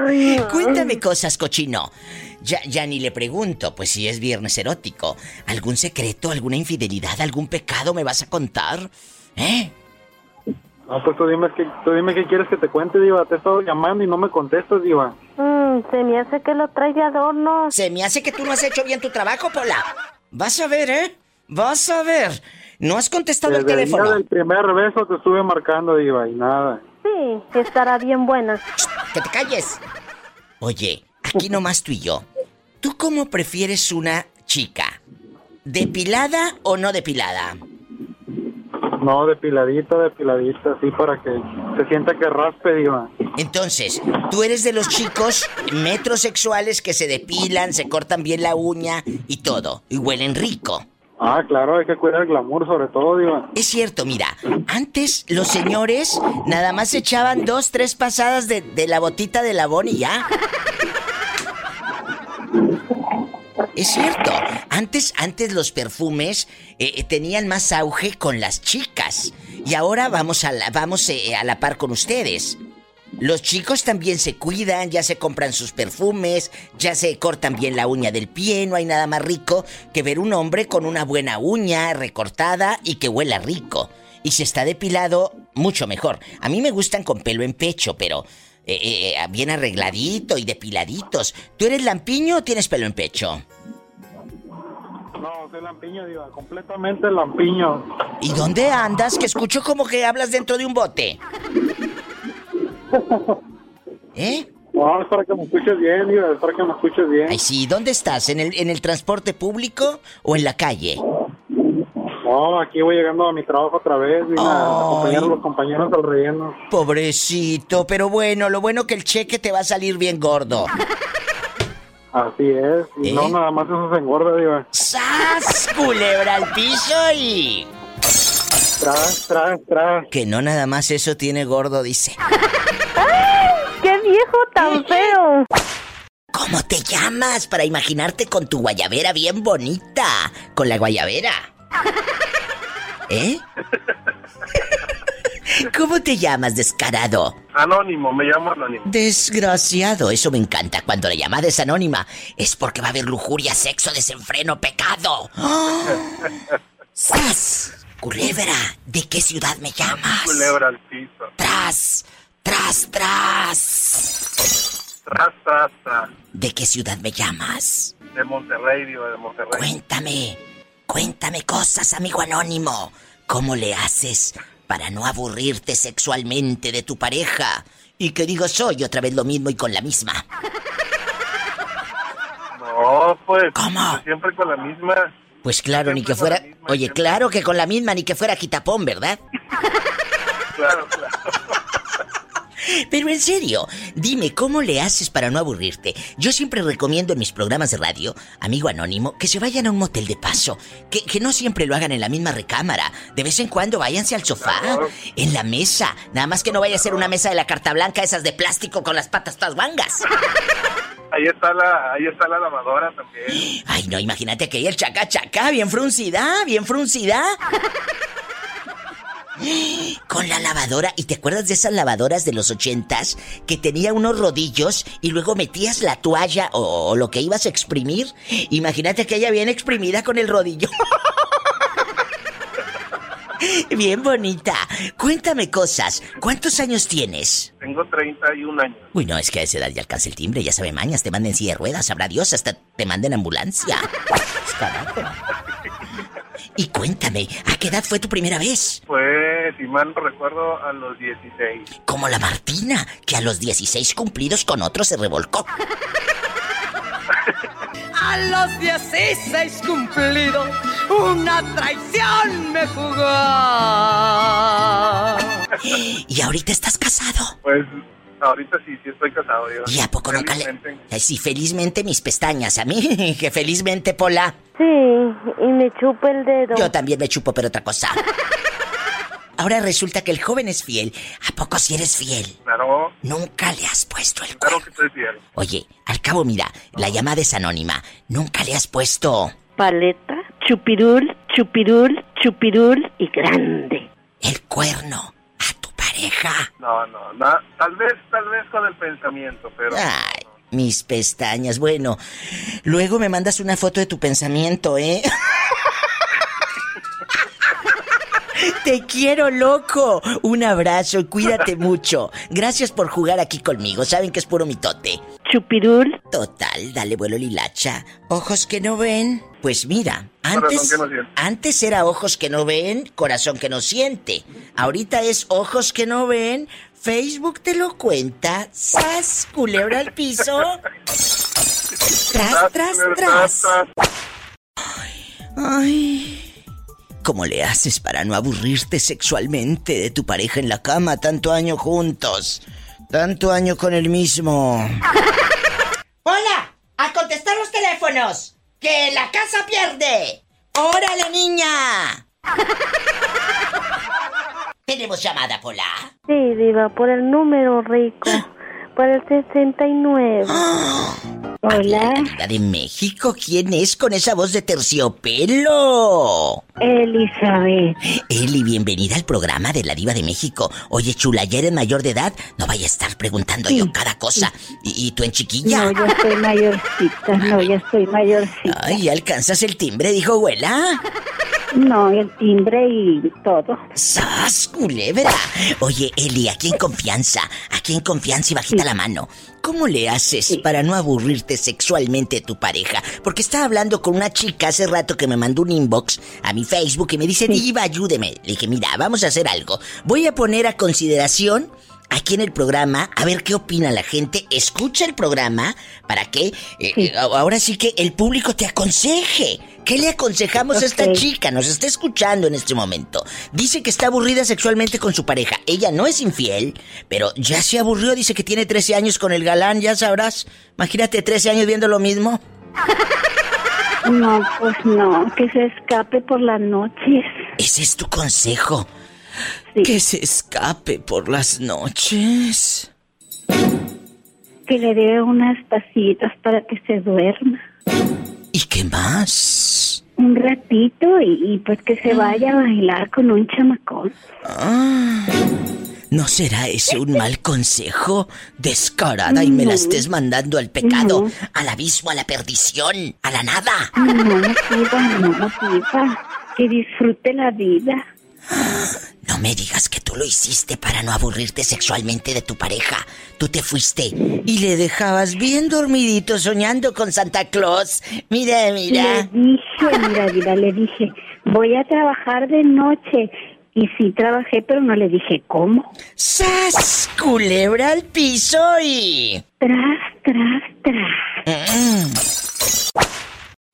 Speaker 4: Ay, no.
Speaker 2: Cuéntame cosas, cochino. Ya, ya ni le pregunto, pues si es viernes erótico. ¿Algún secreto, alguna infidelidad, algún pecado me vas a contar? ¿Eh?
Speaker 10: No, pues tú dime, qué, tú dime qué quieres que te cuente, Diva. Te he estado llamando y no me contestas, Diva.
Speaker 4: Mm, se me hace que lo trae de adorno.
Speaker 2: Se me hace que tú no has hecho bien tu trabajo, Pola. Vas a ver, ¿eh? Vas a ver. No has contestado el
Speaker 10: Desde el día
Speaker 2: teléfono.
Speaker 10: del primer beso te estuve marcando, Diva, y nada.
Speaker 4: Sí, estará bien buena.
Speaker 2: ¡Que te calles! Oye, aquí nomás tú y yo. ¿Tú cómo prefieres una chica? ¿Depilada o no depilada?
Speaker 10: No, depiladita, depiladita, así para que se sienta que raspe, Diva.
Speaker 2: Entonces, tú eres de los chicos metrosexuales que se depilan, se cortan bien la uña y todo, y huelen rico.
Speaker 10: Ah, claro, hay que cuidar el glamour sobre todo, Diva.
Speaker 2: Es cierto, mira, antes los señores nada más se echaban dos, tres pasadas de, de la botita de labón y ya. Es cierto. Antes, antes los perfumes eh, tenían más auge con las chicas. Y ahora vamos a la, vamos, eh, a la par con ustedes. Los chicos también se cuidan, ya se compran sus perfumes, ya se cortan bien la uña del pie, no hay nada más rico que ver un hombre con una buena uña recortada y que huela rico. Y si está depilado, mucho mejor. A mí me gustan con pelo en pecho, pero eh, eh, bien arregladito y depiladitos. ¿Tú eres lampiño o tienes pelo en pecho?
Speaker 10: No, soy lampiño, diva, completamente lampiño.
Speaker 2: ¿Y dónde andas? Que escucho como que hablas dentro de un bote.
Speaker 10: ¿Eh? No, es para que me escuches bien, diva, es para que me escuches bien.
Speaker 2: Ay, sí, ¿dónde estás? ¿En el, en el transporte público o en la calle?
Speaker 10: No, aquí voy llegando a mi trabajo otra vez, vine a acompañar a los compañeros al relleno.
Speaker 2: Pobrecito, pero bueno, lo bueno que el cheque te va a salir bien gordo.
Speaker 10: Así es, y
Speaker 2: ¿Eh?
Speaker 10: no, nada más eso se engorda, diva.
Speaker 2: ¡Sas! Culebra al piso y...
Speaker 10: Tras, tras, tras.
Speaker 2: Que no nada más eso tiene gordo, dice.
Speaker 4: ¡Qué viejo tan feo!
Speaker 2: ¿Cómo te llamas para imaginarte con tu guayabera bien bonita? Con la guayabera. ¿Eh? *laughs* ¿Cómo te llamas, descarado?
Speaker 7: Anónimo, me llamo Anónimo.
Speaker 2: Desgraciado, eso me encanta. Cuando la llamada es anónima, es porque va a haber lujuria, sexo, desenfreno, pecado. ¡Oh! ¡Sas! Culebra, ¿de qué ciudad me llamas?
Speaker 7: Culebra al piso.
Speaker 2: Tras, tras, tras.
Speaker 7: Tras, tras, tras.
Speaker 2: ¿De qué ciudad me llamas?
Speaker 7: De Monterrey, diva, de Monterrey.
Speaker 2: Cuéntame, cuéntame cosas, amigo anónimo. ¿Cómo le haces para no aburrirte sexualmente de tu pareja? Y que digo, soy otra vez lo mismo y con la misma.
Speaker 7: No, pues.
Speaker 2: ¿Cómo?
Speaker 7: Siempre con la misma.
Speaker 2: Pues claro, ni que
Speaker 7: Siempre con la
Speaker 2: fuera...
Speaker 7: misma,
Speaker 2: Oye,
Speaker 7: siempre.
Speaker 2: claro que con la misma, ni que fuera quitapón, ¿verdad?
Speaker 7: Claro, claro.
Speaker 2: Pero en serio, dime, ¿cómo le haces para no aburrirte? Yo siempre recomiendo en mis programas de radio, amigo anónimo, que se vayan a un motel de paso, que, que no siempre lo hagan en la misma recámara, de vez en cuando váyanse al sofá, en la mesa, nada más que no vaya a ser una mesa de la carta blanca, esas de plástico con las patas todas vangas.
Speaker 7: Ahí está la, ahí está la lavadora también.
Speaker 2: Ay, no, imagínate que ahí el chaca chaca, bien fruncida, bien fruncida. Con la lavadora, ¿y te acuerdas de esas lavadoras de los ochentas que tenía unos rodillos y luego metías la toalla o, o lo que ibas a exprimir? Imagínate que ella bien exprimida con el rodillo. *laughs* Bien bonita. Cuéntame cosas. ¿Cuántos años tienes?
Speaker 7: Tengo 31 años.
Speaker 2: Uy, no, es que a esa edad ya alcanza el timbre, ya sabe mañas, te manden silla de ruedas, sabrá Dios, hasta te manden ambulancia. Carajo. Y cuéntame, ¿a qué edad fue tu primera vez?
Speaker 7: Pues, si mal no recuerdo, a los 16.
Speaker 2: Como la Martina, que a los 16 cumplidos con otro se revolcó.
Speaker 11: *laughs* A los 16 cumplidos, una traición me jugó.
Speaker 2: *gasps* Y ahorita estás casado.
Speaker 7: Pues, ahorita sí, sí estoy casado, diva.
Speaker 2: ¿Y a poco no cale?
Speaker 7: Felizmente.
Speaker 2: Ay, sí, felizmente mis pestañas, a mí, *laughs* que felizmente Pola.
Speaker 4: Sí, y me chupa el dedo.
Speaker 2: Yo también me chupo, pero otra cosa. Ahora resulta que el joven es fiel. ¿A poco si eres fiel?
Speaker 7: Claro,
Speaker 2: Nunca le has puesto el
Speaker 7: claro
Speaker 2: cuerno.
Speaker 7: que estoy fiel.
Speaker 2: Oye, al cabo, mira, la llamada es anónima. Nunca le has puesto
Speaker 4: Paleta, chupirul, chupirul, chupirul y grande.
Speaker 2: el cuerno a tu pareja.
Speaker 7: No, no, na- tal vez, tal vez con el pensamiento, pero...
Speaker 2: Ay, mis pestañas. Bueno, luego me mandas una foto de tu pensamiento, ¿eh? Te quiero, loco. Un abrazo y cuídate mucho. Gracias por jugar aquí conmigo. Saben que es puro mitote.
Speaker 4: Chupirul,
Speaker 2: Total, dale vuelo lilacha. Ojos que no ven. Pues mira,
Speaker 7: Corazón
Speaker 2: antes,
Speaker 7: que no siente.
Speaker 2: antes era ojos que no ven, corazón que no siente. Ahorita es ojos que no ven, Facebook te lo cuenta. ¡Sas! Culebra al piso. Tras, tras, tras. Ay. ¿Cómo le haces para no aburrirte sexualmente de tu pareja en la cama tanto año juntos? Tanto año con el mismo. *laughs* ¡Hola! ¡A contestar los teléfonos! ¡Que la casa pierde! ¡Órale, *laughs* niña! Tenemos llamada, Pola.
Speaker 4: sí, diva, por el número rico. Por el 69. Hola.
Speaker 2: La de México, ¿quién es con esa voz de terciopelo?
Speaker 4: Elizabeth.
Speaker 2: Eli, bienvenida al programa de la Diva de México. Oye, chula, ya eres mayor de edad, no vaya a estar preguntando yo cada cosa. ¿Y, y tú en chiquilla?
Speaker 4: No, yo estoy mayorcita, no, yo estoy mayorcita.
Speaker 2: Ay, ¿alcanzas el timbre? Dijo abuela.
Speaker 4: No, el timbre y todo.
Speaker 2: ¡Sas, culebra! Oye, Eli, aquí en confianza, aquí en confianza y bajita la mano. ¿Cómo le haces para no aburrirte sexualmente tu pareja? Porque estaba hablando con una chica hace rato que me mandó un inbox a mi Facebook y me dice, Diva, ayúdeme. Le dije, mira, vamos a hacer algo. Voy a poner a consideración aquí en el programa, a ver qué opina la gente. Escucha el programa para que eh, eh, ahora sí que el público te aconseje. ¿Qué le aconsejamos a esta
Speaker 4: Ok.
Speaker 2: chica? Nos está escuchando en este momento. Dice que está aburrida sexualmente con su pareja. Ella no es infiel, pero ya se aburrió. Dice que tiene 13 años con el galán, ya sabrás. Imagínate 13 años viendo lo mismo.
Speaker 4: No, pues no, que se escape por las noches.
Speaker 2: Ese es tu consejo. Que se escape por las noches.
Speaker 4: Que le dé unas pasitas para que se duerma.
Speaker 2: ¿Y qué más?
Speaker 4: Un ratito y, y pues que se vaya a bailar con un chamacón.
Speaker 2: ¿No será ese un mal consejo? Descarada y me la
Speaker 4: No.
Speaker 2: estés mandando al pecado,
Speaker 4: No.
Speaker 2: al abismo, a la perdición, a la nada.
Speaker 4: No, no, diva, no, diva. Que disfrute la vida.
Speaker 2: No me digas que tú lo hiciste para no aburrirte sexualmente de tu pareja. Tú te fuiste y le dejabas bien dormidito soñando con Santa Claus. Mira,
Speaker 4: Le
Speaker 2: mira.
Speaker 4: dije, mira, diva, le dije, voy a trabajar de noche. Y sí trabajé, pero no le dije cómo.
Speaker 2: ¡Sas! Culebra al piso y...
Speaker 4: Tras, tras, tras.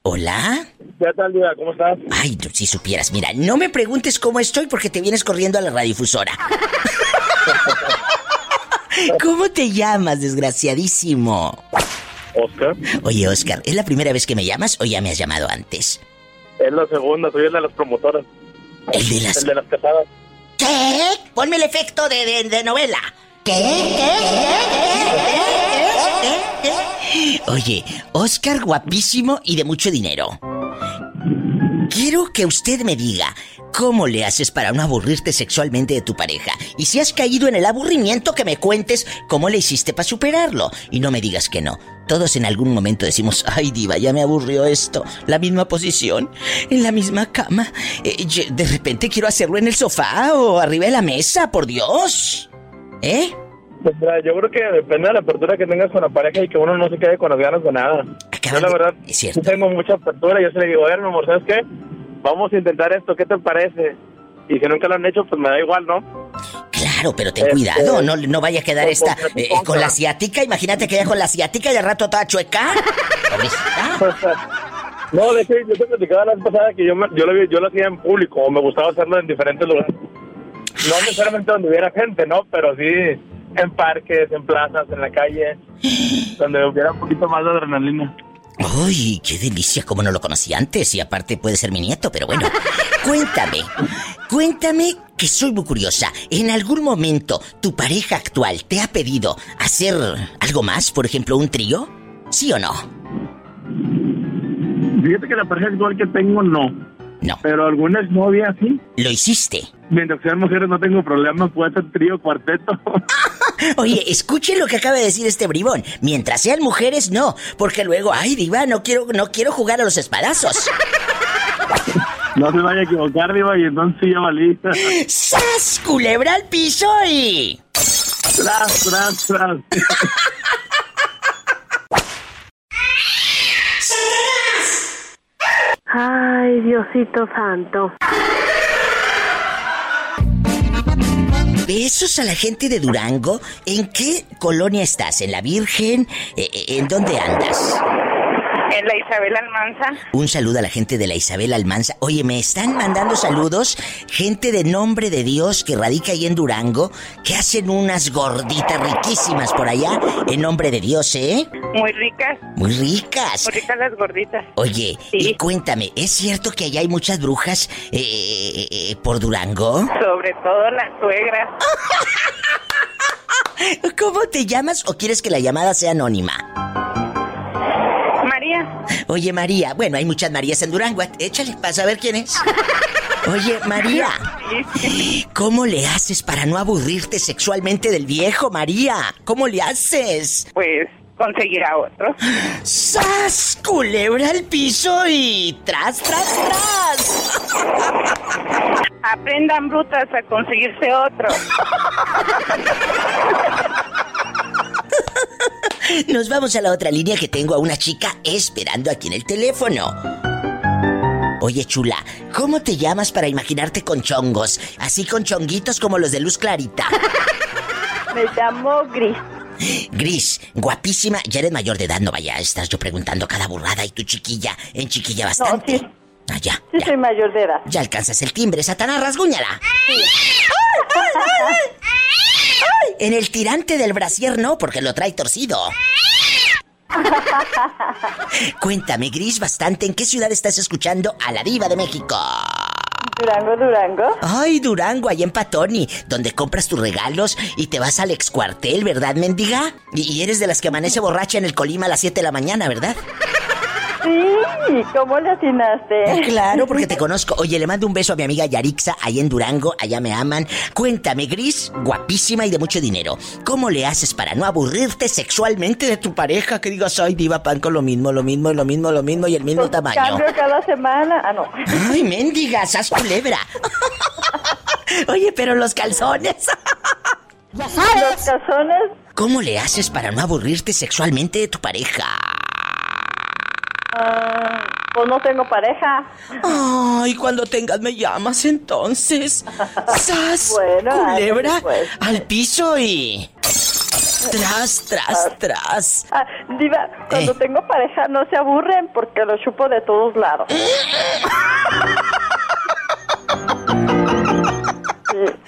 Speaker 2: ¿Hola?
Speaker 7: ¿Qué tal, Diva? ¿Cómo estás?
Speaker 2: Ay, tú, si supieras, mira, no me preguntes cómo estoy porque te vienes corriendo a la *laughs* radiodifusora. ¿Cómo te llamas, desgraciadísimo?
Speaker 7: Oscar.
Speaker 2: Oye, Oscar, ¿es la primera vez que me llamas o ya me has llamado antes?
Speaker 7: Es la segunda, soy el de las promotoras.
Speaker 2: El de las...
Speaker 7: El de las casadas.
Speaker 2: ¿Qué? Ponme el efecto de, de- de novela. ¿Qué? ¿Qué? ¿Qué? ¿Qué? ¿Qué? ¿Qué? Oye, Oscar guapísimo y de mucho dinero. Quiero que usted me diga cómo le haces para no aburrirte sexualmente de tu pareja. Y si has caído en el aburrimiento, que me cuentes cómo le hiciste para superarlo. Y no me digas que no. Todos en algún momento decimos, ay diva, ya me aburrió esto. La misma posición, en la misma cama. Eh, ye- de repente quiero hacerlo en el sofá o arriba de la mesa, por Dios. ¿Eh?
Speaker 7: Pues mira, yo creo que depende de la apertura que tengas con la pareja y que uno no se quede con las ganas de nada. yo, la verdad, sí tengo mucha apertura. Yo se le digo, a ver, mi amor, ¿sabes qué? Vamos a intentar esto, ¿qué te parece? Y si nunca lo han hecho, pues me da igual, ¿no?
Speaker 2: Claro, pero ten cuidado, no, no vaya a quedar esta eh, con la asiática. Imagínate que ya con la asiática y al rato toda chueca.
Speaker 7: No, de hecho, yo te platicaba la vez pasada que yo, me- yo, lo, vi- yo lo hacía en público o me gustaba hacerlo en diferentes lugares. No necesariamente donde hubiera gente, ¿no? Pero sí en parques, en plazas, en la calle, donde hubiera un poquito más de adrenalina.
Speaker 2: Uy, qué delicia, como no lo conocí antes y aparte puede ser mi nieto, pero bueno. Cuéntame, cuéntame que soy muy curiosa. ¿En algún momento tu pareja actual te ha pedido hacer algo más, por ejemplo, un trío? ¿Sí o no?
Speaker 7: Fíjate que la pareja igual que tengo, no.
Speaker 2: No.
Speaker 7: Pero alguna exnovia sí.
Speaker 2: ¿Lo hiciste?
Speaker 7: Mientras sean mujeres no tengo problema, puede ser trío, cuarteto. *laughs*
Speaker 2: Oye, escuchen lo que acaba de decir este bribón. Mientras sean mujeres, no, porque luego, ay, diva, no quiero, no quiero jugar a los espadazos.
Speaker 7: No se vaya a equivocar, Diva, y entonces sí ya valí. tras,
Speaker 2: ¡Sas! Culebra al piso y...
Speaker 7: tras, tras.
Speaker 4: Ay, Diosito Santo.
Speaker 2: Besos a la gente de Durango. ¿En qué colonia estás? ¿En la Virgen? Eh, eh, ¿En dónde andas?
Speaker 12: En la Isabel Almanza.
Speaker 2: Un saludo a la gente de la Isabel Almanza. Oye, me están mandando saludos. Gente de nombre de Dios que radica ahí en Durango, que hacen unas gorditas riquísimas por allá. En nombre de Dios, ¿eh?
Speaker 12: Muy ricas.
Speaker 2: Muy ricas.
Speaker 12: Muy ricas las gorditas.
Speaker 2: Oye, y cuéntame, ¿es cierto que allá hay muchas brujas eh, eh, eh, eh, por Durango?
Speaker 12: Sobre todo las suegras.
Speaker 2: *laughs* ¿Cómo te llamas o quieres que la llamada sea anónima? Oye, María, bueno, hay muchas Marías en Durango. Échale para saber quién es. Oye, María, ¿cómo le haces para no aburrirte sexualmente del viejo, María? ¿Cómo le haces?
Speaker 5: Pues conseguir a otro.
Speaker 2: ¡Sas! Culebra al piso y tras, tras, tras.
Speaker 5: Aprendan brutas a conseguirse otro.
Speaker 2: Nos vamos a la otra línea que tengo a una chica esperando aquí en el teléfono. Oye, chula, ¿cómo te llamas para imaginarte con chongos? Así con chonguitos como los de luz clarita.
Speaker 3: Me llamo Gris.
Speaker 2: Gris, guapísima, ya eres mayor de edad, no vaya, estás yo preguntando cada burrada y tu chiquilla, en chiquilla bastante. No, sí. Ah, ya,
Speaker 3: sí, ya. soy mayor de edad.
Speaker 2: Ya alcanzas el timbre, Satanás, rasguñala. Sí. ¡Ay! En el tirante del brasier no, porque lo
Speaker 3: *laughs*
Speaker 2: trae torcido. Cuéntame, Gris, bastante, ¿en qué ciudad estás escuchando a la diva de México?
Speaker 3: Durango, Durango.
Speaker 2: Ay, Durango, ahí en Patoni, donde compras tus regalos y te vas al excuartel, ¿verdad, mendiga? Y, eres de las que amanece borracha en el Colima a las 7 de la mañana, ¿verdad?
Speaker 3: Sí, ¿cómo le atinaste?
Speaker 2: Ah, claro, porque te conozco. Oye, le mando un beso a mi amiga Yarixa, ahí en Durango, allá me aman. Cuéntame, Gris, guapísima y de mucho dinero, ¿cómo le haces para no aburrirte sexualmente de tu pareja? Que digas, ay, diva pan con lo mismo, lo mismo, lo mismo, lo mismo y el mismo pues tamaño.
Speaker 3: Cambio cada semana. Ah, no.
Speaker 2: Ay, mendiga, sas culebra. *laughs* Oye, pero los calzones.
Speaker 3: ¿Ya sabes? Los calzones.
Speaker 2: ¿Cómo le haces para no aburrirte sexualmente de tu pareja?
Speaker 3: Ah, pues no tengo pareja.
Speaker 2: Ay, cuando tengas me llamas
Speaker 3: *laughs*
Speaker 2: entonces. ¡Sas! Bueno, culebra ay, pues. al piso y. Tras, tras, tras.
Speaker 3: Ah, diva, cuando eh. tengo pareja no se aburren porque lo chupo de todos
Speaker 2: *laughs*
Speaker 3: lados.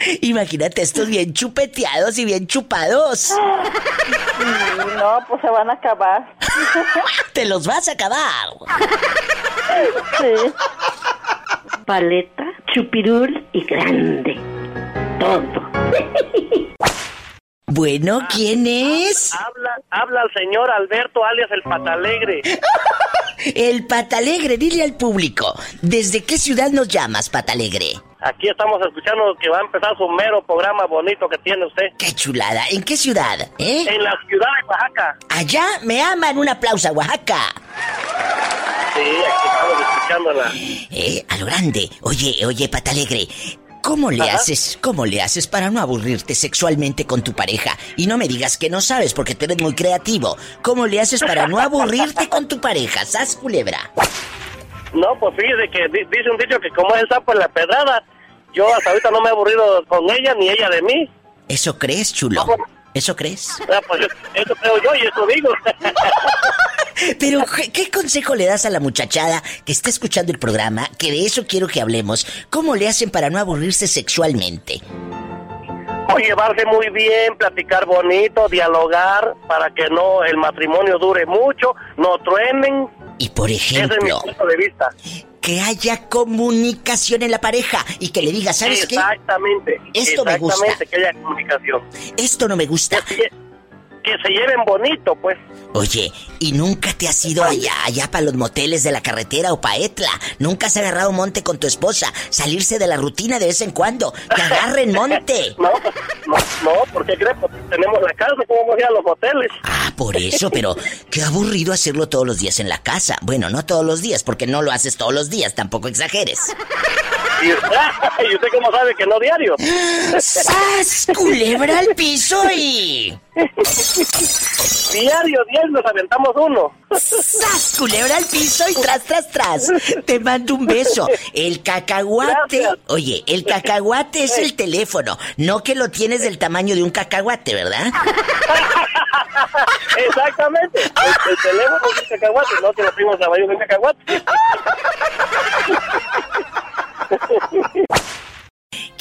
Speaker 2: Sí. Imagínate estos bien chupeteados y bien chupados.
Speaker 3: No, pues se van a acabar.
Speaker 2: *laughs* Te los vas a acabar.
Speaker 3: Sí. Paleta, chupirul y grande. Todo.
Speaker 2: Bueno, ¿quién es?
Speaker 7: Habla, habla el señor Alberto alias el Patalegre.
Speaker 2: *laughs* el Patalegre, dile al público, ¿desde qué ciudad nos llamas, Patalegre?
Speaker 7: Aquí estamos escuchando que va a empezar su mero programa bonito que tiene usted.
Speaker 2: ¡Qué chulada! ¿En qué ciudad? ¿Eh?
Speaker 7: En la ciudad de Oaxaca.
Speaker 2: Allá me aman. Un aplauso a Oaxaca.
Speaker 7: Sí, aquí estamos escuchándola.
Speaker 2: Eh, a lo grande. Oye, oye, Patalegre. ¿Cómo le Ajá. haces? ¿Cómo le haces para no aburrirte sexualmente con tu pareja? Y no me digas que no sabes porque tú eres muy creativo. ¿Cómo le haces para no aburrirte con tu pareja? ¡Sas culebra!
Speaker 7: No, pues fíjese que dice un dicho que como es el sapo en la pedrada, yo hasta ahorita no me he aburrido con ella ni ella de mí.
Speaker 2: ¿Eso crees, chulo? No, ¿Eso crees?
Speaker 7: Ah, pues eso creo yo y eso digo.
Speaker 2: Pero, ¿qué consejo le das a la muchachada que está escuchando el programa? Que de eso quiero que hablemos. ¿Cómo le hacen para no aburrirse sexualmente?
Speaker 7: O Pues, llevarse muy bien, platicar bonito, dialogar, para que no el matrimonio dure mucho, no truenen,
Speaker 2: y por ejemplo,
Speaker 7: es mi punto de vista.
Speaker 2: que haya comunicación en la pareja y que le diga, ¿sabes
Speaker 7: exactamente,
Speaker 2: qué? Esto
Speaker 7: exactamente,
Speaker 2: me gusta.
Speaker 7: que haya comunicación.
Speaker 2: Esto no me gusta.
Speaker 7: Que se, que se lleven bonito, pues.
Speaker 2: Oye, ¿y nunca te has ido allá, allá para los moteles de la carretera o pa' Etla? ¿Nunca has agarrado monte con tu esposa? Salirse de la rutina de vez en cuando. ¡Que agarren monte!
Speaker 7: no, no, no, porque crees? Porque Pues, tenemos la casa, ¿cómo vamos a ir a los moteles?
Speaker 2: Ah, por eso, pero qué aburrido hacerlo todos los días en la casa. Bueno, no todos los días, porque no lo haces todos los días, tampoco exageres.
Speaker 7: ¿Y usted, ¿Y usted *laughs* cómo sabe que no diario?
Speaker 2: ¡Sas! Culebra al piso y...
Speaker 7: Diario, diario nos aventamos uno.
Speaker 2: ¡Sas! Culebra al piso y tras, tras, tras. Te mando un beso. El cacahuate. Gracias. Oye, el cacahuate es el teléfono. No que lo tienes del tamaño de un cacahuate, ¿verdad?
Speaker 7: Exactamente. El, el teléfono es un cacahuate, no que lo tuvimos tamaño de un cacahuate.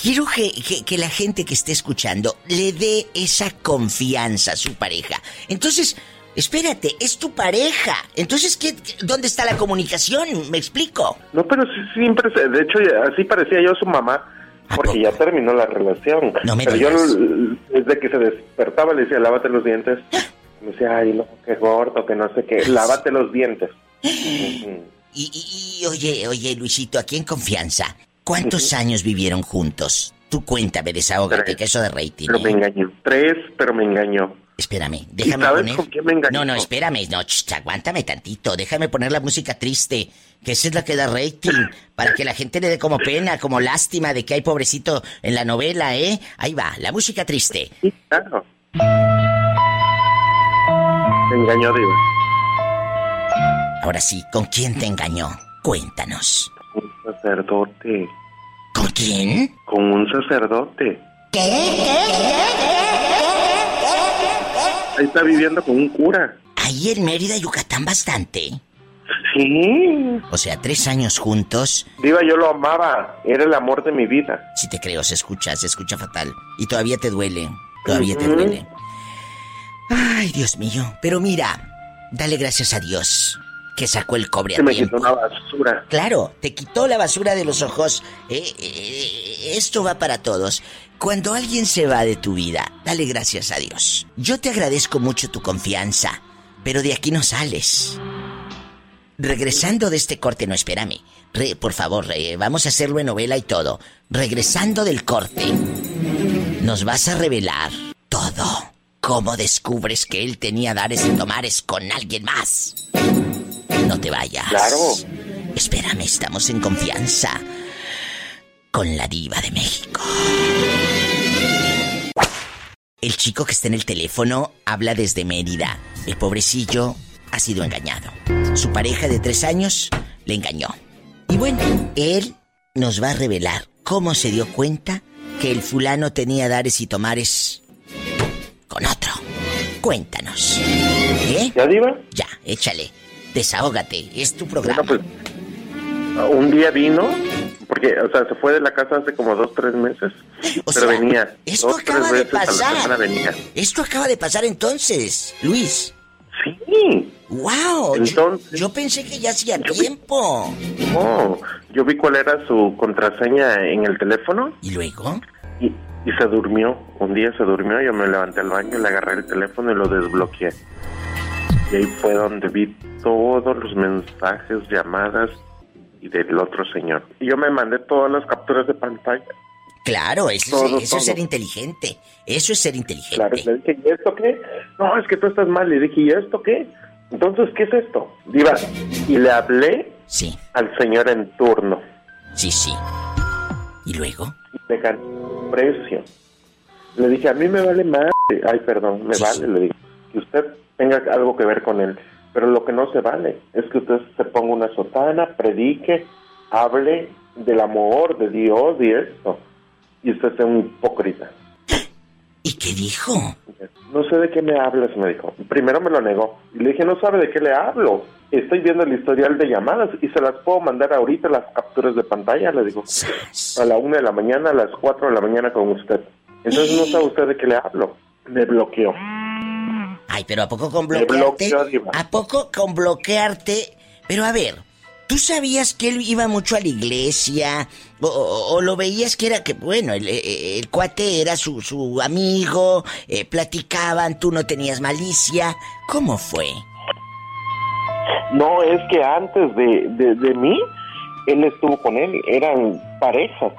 Speaker 2: Quiero que, que, que, la gente que esté escuchando le dé esa confianza a su pareja. Entonces, espérate, es tu pareja. Entonces, ¿qué, ¿dónde está la comunicación? ¿Me explico?
Speaker 8: No, pero siempre, de hecho, así parecía yo a su mamá, porque ya terminó la relación.
Speaker 2: No me
Speaker 8: pero
Speaker 2: digas.
Speaker 8: yo, desde que se
Speaker 2: ¿Ah? *gasps*
Speaker 8: despertaba, le decía, lávate los dientes. Me decía, ay, no, qué gordo, que no sé qué, lávate los dientes.
Speaker 2: Y, y, y, oye, oye, Luisito, aquí en confianza, ¿cuántos años vivieron juntos? Tú cuéntame, desahógate,
Speaker 8: Tres.
Speaker 2: que eso de rating.
Speaker 8: Pero
Speaker 2: ¿eh?
Speaker 8: me engañó. Tres, pero me engañó.
Speaker 2: Espérame,
Speaker 8: ¿Y
Speaker 2: déjame
Speaker 8: sabes
Speaker 2: poner.
Speaker 8: con quién me engañó?
Speaker 2: No, no, espérame, no, ch, aguántame tantito, déjame poner la música triste, que esa es la que da rating, para que la gente le dé como pena, como lástima de que hay pobrecito en la novela, ¿eh? Ahí va, la música triste.
Speaker 8: Claro. Me engañó, Diva.
Speaker 2: Ahora sí, ¿con quién te engañó? Cuéntanos.
Speaker 8: Un sacerdote.
Speaker 2: ¿Con quién?
Speaker 8: Con un sacerdote. Ahí está viviendo con un cura.
Speaker 2: Ahí en Mérida, Yucatán, bastante.
Speaker 8: Sí.
Speaker 2: O sea, tres años juntos.
Speaker 8: Diva, yo lo amaba. Era el amor de mi vida.
Speaker 2: Si te creo, se escucha, se escucha fatal. Y todavía te duele, todavía te duele. Ay, Dios mío. Pero mira, dale gracias a Dios que sacó el cobre
Speaker 8: Se
Speaker 2: a
Speaker 8: me quitó
Speaker 2: tiempo.
Speaker 8: una basura.
Speaker 2: Claro, te quitó la basura de los ojos. Eh, eh, eh, esto va para todos. Cuando alguien se va de tu vida, dale gracias a Dios. Yo te agradezco mucho tu confianza, pero de aquí no sales. Regresando de este corte, no espérame. Re- por favor, re- vamos a hacerlo en novela y todo. Regresando del corte, nos vas a revelar todo. ¿Cómo descubres que él tenía dares y tomares con alguien más? No te vayas.
Speaker 8: Claro.
Speaker 2: Espérame, estamos en confianza. Con la diva de México. El chico que está en el teléfono habla desde Mérida. El pobrecillo ha sido engañado. Su pareja de tres años le engañó. Y bueno, él nos va a revelar cómo se dio cuenta que el fulano tenía dares y tomares con otro. Cuéntanos. ¿Eh?
Speaker 8: ¿Ya, Diva?
Speaker 2: Ya, échale. Desahógate, es tu programa.
Speaker 8: pues, Un día vino, porque, o sea, se fue de la casa hace como dos, tres meses.
Speaker 2: O
Speaker 8: pues, pero
Speaker 2: sea,
Speaker 8: venía.
Speaker 2: esto
Speaker 8: dos,
Speaker 2: acaba
Speaker 8: tres
Speaker 2: de
Speaker 8: veces A
Speaker 2: pasar.
Speaker 8: la semana venía.
Speaker 2: Esto acaba de pasar entonces, Luis.
Speaker 8: Sí.
Speaker 2: ¡Wow!
Speaker 8: Entonces-
Speaker 2: yo, yo pensé que ya hacía tiempo.
Speaker 8: No, Oh, yo vi cuál era su contraseña en el teléfono.
Speaker 2: ¿Y luego?
Speaker 8: Y, y se durmió. Un día se durmió, yo me levanté al baño, le agarré el teléfono y lo desbloqueé. Y ahí fue donde vi todos los mensajes, llamadas y del otro señor. Y yo me mandé todas las capturas de pantalla.
Speaker 2: Claro, eso,
Speaker 8: Todo,
Speaker 2: es, eso es
Speaker 8: todo.
Speaker 2: ser inteligente. Eso es ser inteligente.
Speaker 8: Claro, le dije, ¿y esto qué? No, es que tú estás mal. Le dije, ¿y esto qué? Entonces, ¿qué es esto? Diva, y le hablé
Speaker 2: Sí,
Speaker 8: al señor en turno.
Speaker 2: sí, sí. ¿Y luego?
Speaker 8: Le gané un precio. Le dije, a mí me vale más. Ay, perdón, me vale. Le dije, que usted tenga algo que ver con él. Pero lo que no se vale es que usted se ponga una sotana, predique, hable del amor de Dios y esto. Y usted sea un hipócrita.
Speaker 2: ¿Y qué dijo?
Speaker 8: No sé de qué me hablas, me dijo. Primero me lo negó. Y le dije, no sabe de qué le hablo. Estoy viendo el historial de llamadas y se las puedo mandar ahorita las capturas de pantalla, le digo. A la una de la mañana, a las cuatro de la mañana con usted. Entonces no sabe usted de qué le hablo. Me bloqueó.
Speaker 2: Ay, pero ¿a poco con
Speaker 8: Me
Speaker 2: bloquearte?
Speaker 8: bloqueó, Diva.
Speaker 2: ¿A poco con bloquearte? Pero a ver, ¿tú sabías que él iba mucho a la iglesia? ¿O, o- o lo veías que era que, bueno, el, eh, el cuate era su, su amigo, eh, platicaban, tú no tenías malicia? ¿Cómo fue?
Speaker 8: No, es que antes de, de, de mí, él estuvo con él. Eran pareja.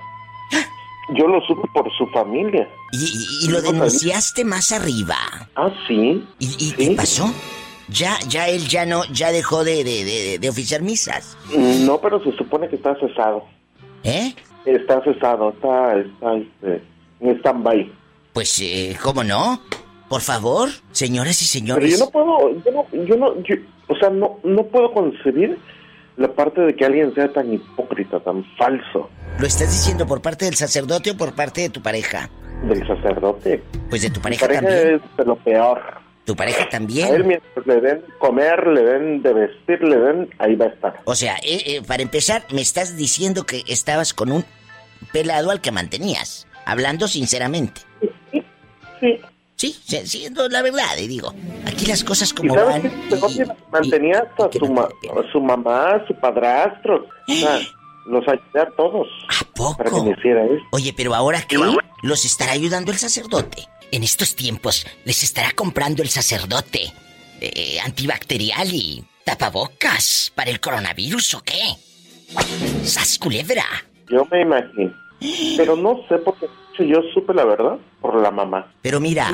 Speaker 8: Yo lo supe por su familia.
Speaker 2: ¿Y, y- y lo denunciaste más arriba?
Speaker 8: Ah, sí.
Speaker 2: ¿Y, y qué pasó? Ya, ya él ya no, ya dejó de, de, de- de oficiar misas.
Speaker 8: No, pero se supone que está cesado.
Speaker 2: ¿Eh?
Speaker 8: Está cesado, está, está este, en stand-by.
Speaker 2: Pues, eh, ¿cómo no? Por favor, señoras y
Speaker 8: Pero yo
Speaker 2: señores.
Speaker 8: no puedo, yo no, yo no, yo- o sea, no, no puedo concebir la parte de que alguien sea tan hipócrita, tan falso
Speaker 2: ¿Lo estás diciendo por parte del sacerdote o por parte de tu pareja?
Speaker 8: del sacerdote.
Speaker 2: Pues de tu
Speaker 8: Mi
Speaker 2: pareja, también.
Speaker 8: es de lo peor.
Speaker 2: Tu pareja
Speaker 8: A
Speaker 2: también.
Speaker 8: él mientras le den comer, le den de vestir, le den, ahí va a estar.
Speaker 2: O sea, eh, eh, para empezar, me estás diciendo que estabas con un pelado al que mantenías. Hablando sinceramente.
Speaker 8: Sí.
Speaker 2: Sí, sí, siendo la verdad, y digo. Aquí las cosas
Speaker 8: ¿Y
Speaker 2: como
Speaker 8: sabes
Speaker 2: van.
Speaker 8: qué? Mejor
Speaker 2: y-
Speaker 8: que mantenía hasta su, ma- su mamá, su padrastro, o sea, los ayudé a todos. Para que me hiciera eso.
Speaker 2: Oye, pero ahora qué? Los estará ayudando el sacerdote. En estos tiempos les estará comprando el sacerdote eh, antibacterial y ¿Tapabocas? ¿Para el coronavirus o qué? ¡Sas culebra!
Speaker 8: Yo me imagino. Pero no sé por qué yo supe la verdad por la mamá.
Speaker 2: Pero mira,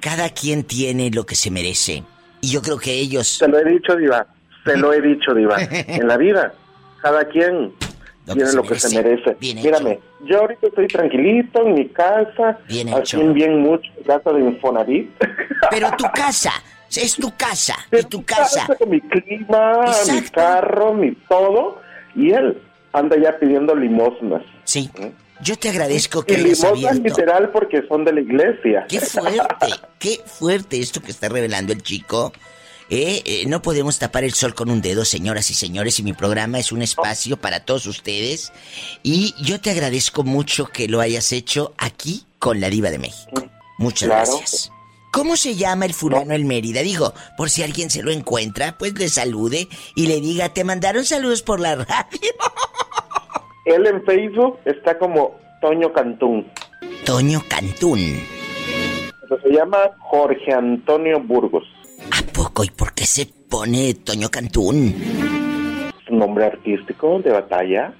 Speaker 2: cada quien tiene lo que se merece. Y yo creo que ellos...
Speaker 8: Se lo he dicho, Diva. Se lo he dicho,
Speaker 2: *laughs*
Speaker 8: Diva. En la vida, cada quien tiene lo que se merece.
Speaker 2: Bien
Speaker 8: Mírame, yo ahorita estoy tranquilito en mi casa,
Speaker 2: Bien
Speaker 8: aquí
Speaker 2: hecho.
Speaker 8: bien mucho, en casa de
Speaker 2: *laughs*
Speaker 8: Infonavit.
Speaker 2: Pero tu casa, es tu casa, y tu casa.
Speaker 8: Con mi clima, mi carro, mi todo. Y él anda ya pidiendo limosnas.
Speaker 2: Sí. Yo te agradezco
Speaker 8: ¿Eh? Y
Speaker 2: que hayas
Speaker 8: limosnas
Speaker 2: abierto.
Speaker 8: literal porque son de la iglesia.
Speaker 2: Qué fuerte, qué fuerte esto que está revelando el chico. Eh, eh, no podemos tapar el sol con un dedo, señoras y señores, y mi programa es un espacio para todos ustedes. Y yo te agradezco mucho que lo hayas hecho aquí con la Diva de México. Muchas
Speaker 8: Claro.
Speaker 2: gracias. ¿Cómo se llama el fulano el Mérida? Digo, por si alguien se lo encuentra, pues le salude y le diga, te mandaron saludos por la *laughs* radio.
Speaker 8: Él en Facebook está como Toño Cantún.
Speaker 2: Toño Cantún.
Speaker 8: Pero se llama Jorge Antonio Burgos.
Speaker 2: Poco, ¿y por qué se pone Toño Cantún?
Speaker 8: Es un nombre artístico de batalla.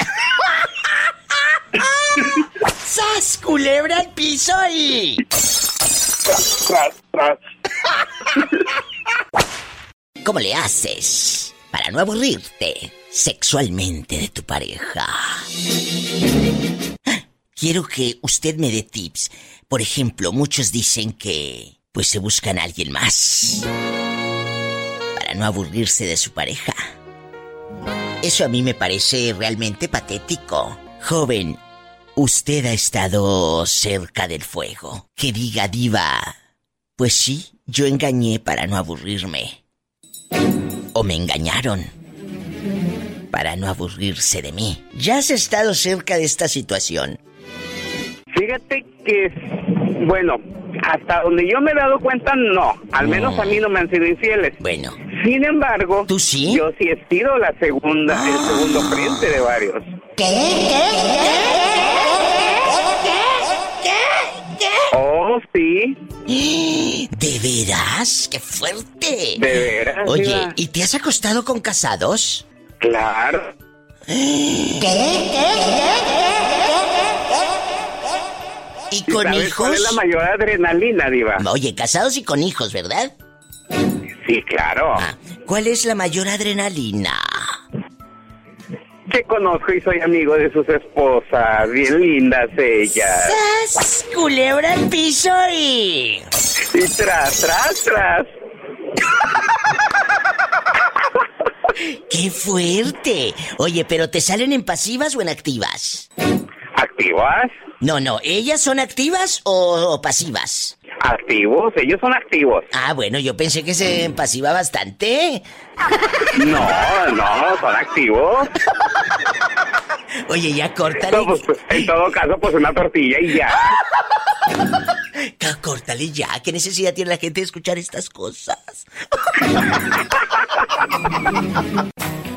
Speaker 2: *laughs* ¡Sas, culebra al piso y... *laughs* ¿Cómo le haces para no aburrirte sexualmente de tu pareja? Ah, Quiero que usted me dé tips. Por ejemplo, muchos dicen que pues se buscan a alguien más para no aburrirse de su pareja. Eso a mí me parece realmente patético. Joven, usted ha estado cerca del fuego. Que diga diva. Pues sí, yo engañé para no aburrirme. O me engañaron. Para no aburrirse de mí. ¿Ya has estado cerca de esta situación?
Speaker 13: Fíjate que, bueno, hasta donde yo me he dado cuenta, no. Al menos a mí no me han sido infieles.
Speaker 2: Bueno.
Speaker 13: Sin embargo, yo sí he sido la segunda, el segundo frente de varios. Oh, sí.
Speaker 2: ¿De veras? ¡Qué fuerte!
Speaker 13: De veras,
Speaker 2: Oye,
Speaker 13: Diva.
Speaker 2: ¿y te has acostado con casados?
Speaker 13: Claro.
Speaker 2: ¿Y con
Speaker 13: sabes
Speaker 2: hijos?
Speaker 13: cuál es la mayor adrenalina, Diva?
Speaker 2: Oye, casados y con hijos, ¿verdad?
Speaker 13: Sí, claro.
Speaker 2: Ah. ¿Cuál es la mayor adrenalina?
Speaker 13: Que conozco y soy amigo de sus esposas. Bien lindas ellas.
Speaker 2: ¡Sas! Culebra al piso y...
Speaker 13: Y tras, tras, tras.
Speaker 2: ¡Qué fuerte! Oye, ¿pero te salen en pasivas o en activas?
Speaker 13: ¿Activas?
Speaker 2: No, no, ¿ellas son activas o, o pasivas?
Speaker 13: Activos, ellos son activos.
Speaker 2: Ah, bueno, yo pensé que se en pasiva bastante.
Speaker 13: No, no, son activos.
Speaker 2: Oye, ya córtale.
Speaker 13: No, pues, en todo caso, pues una tortilla y ya.
Speaker 2: Ca- Córtale ya, ¿qué necesidad tiene la gente de escuchar estas cosas?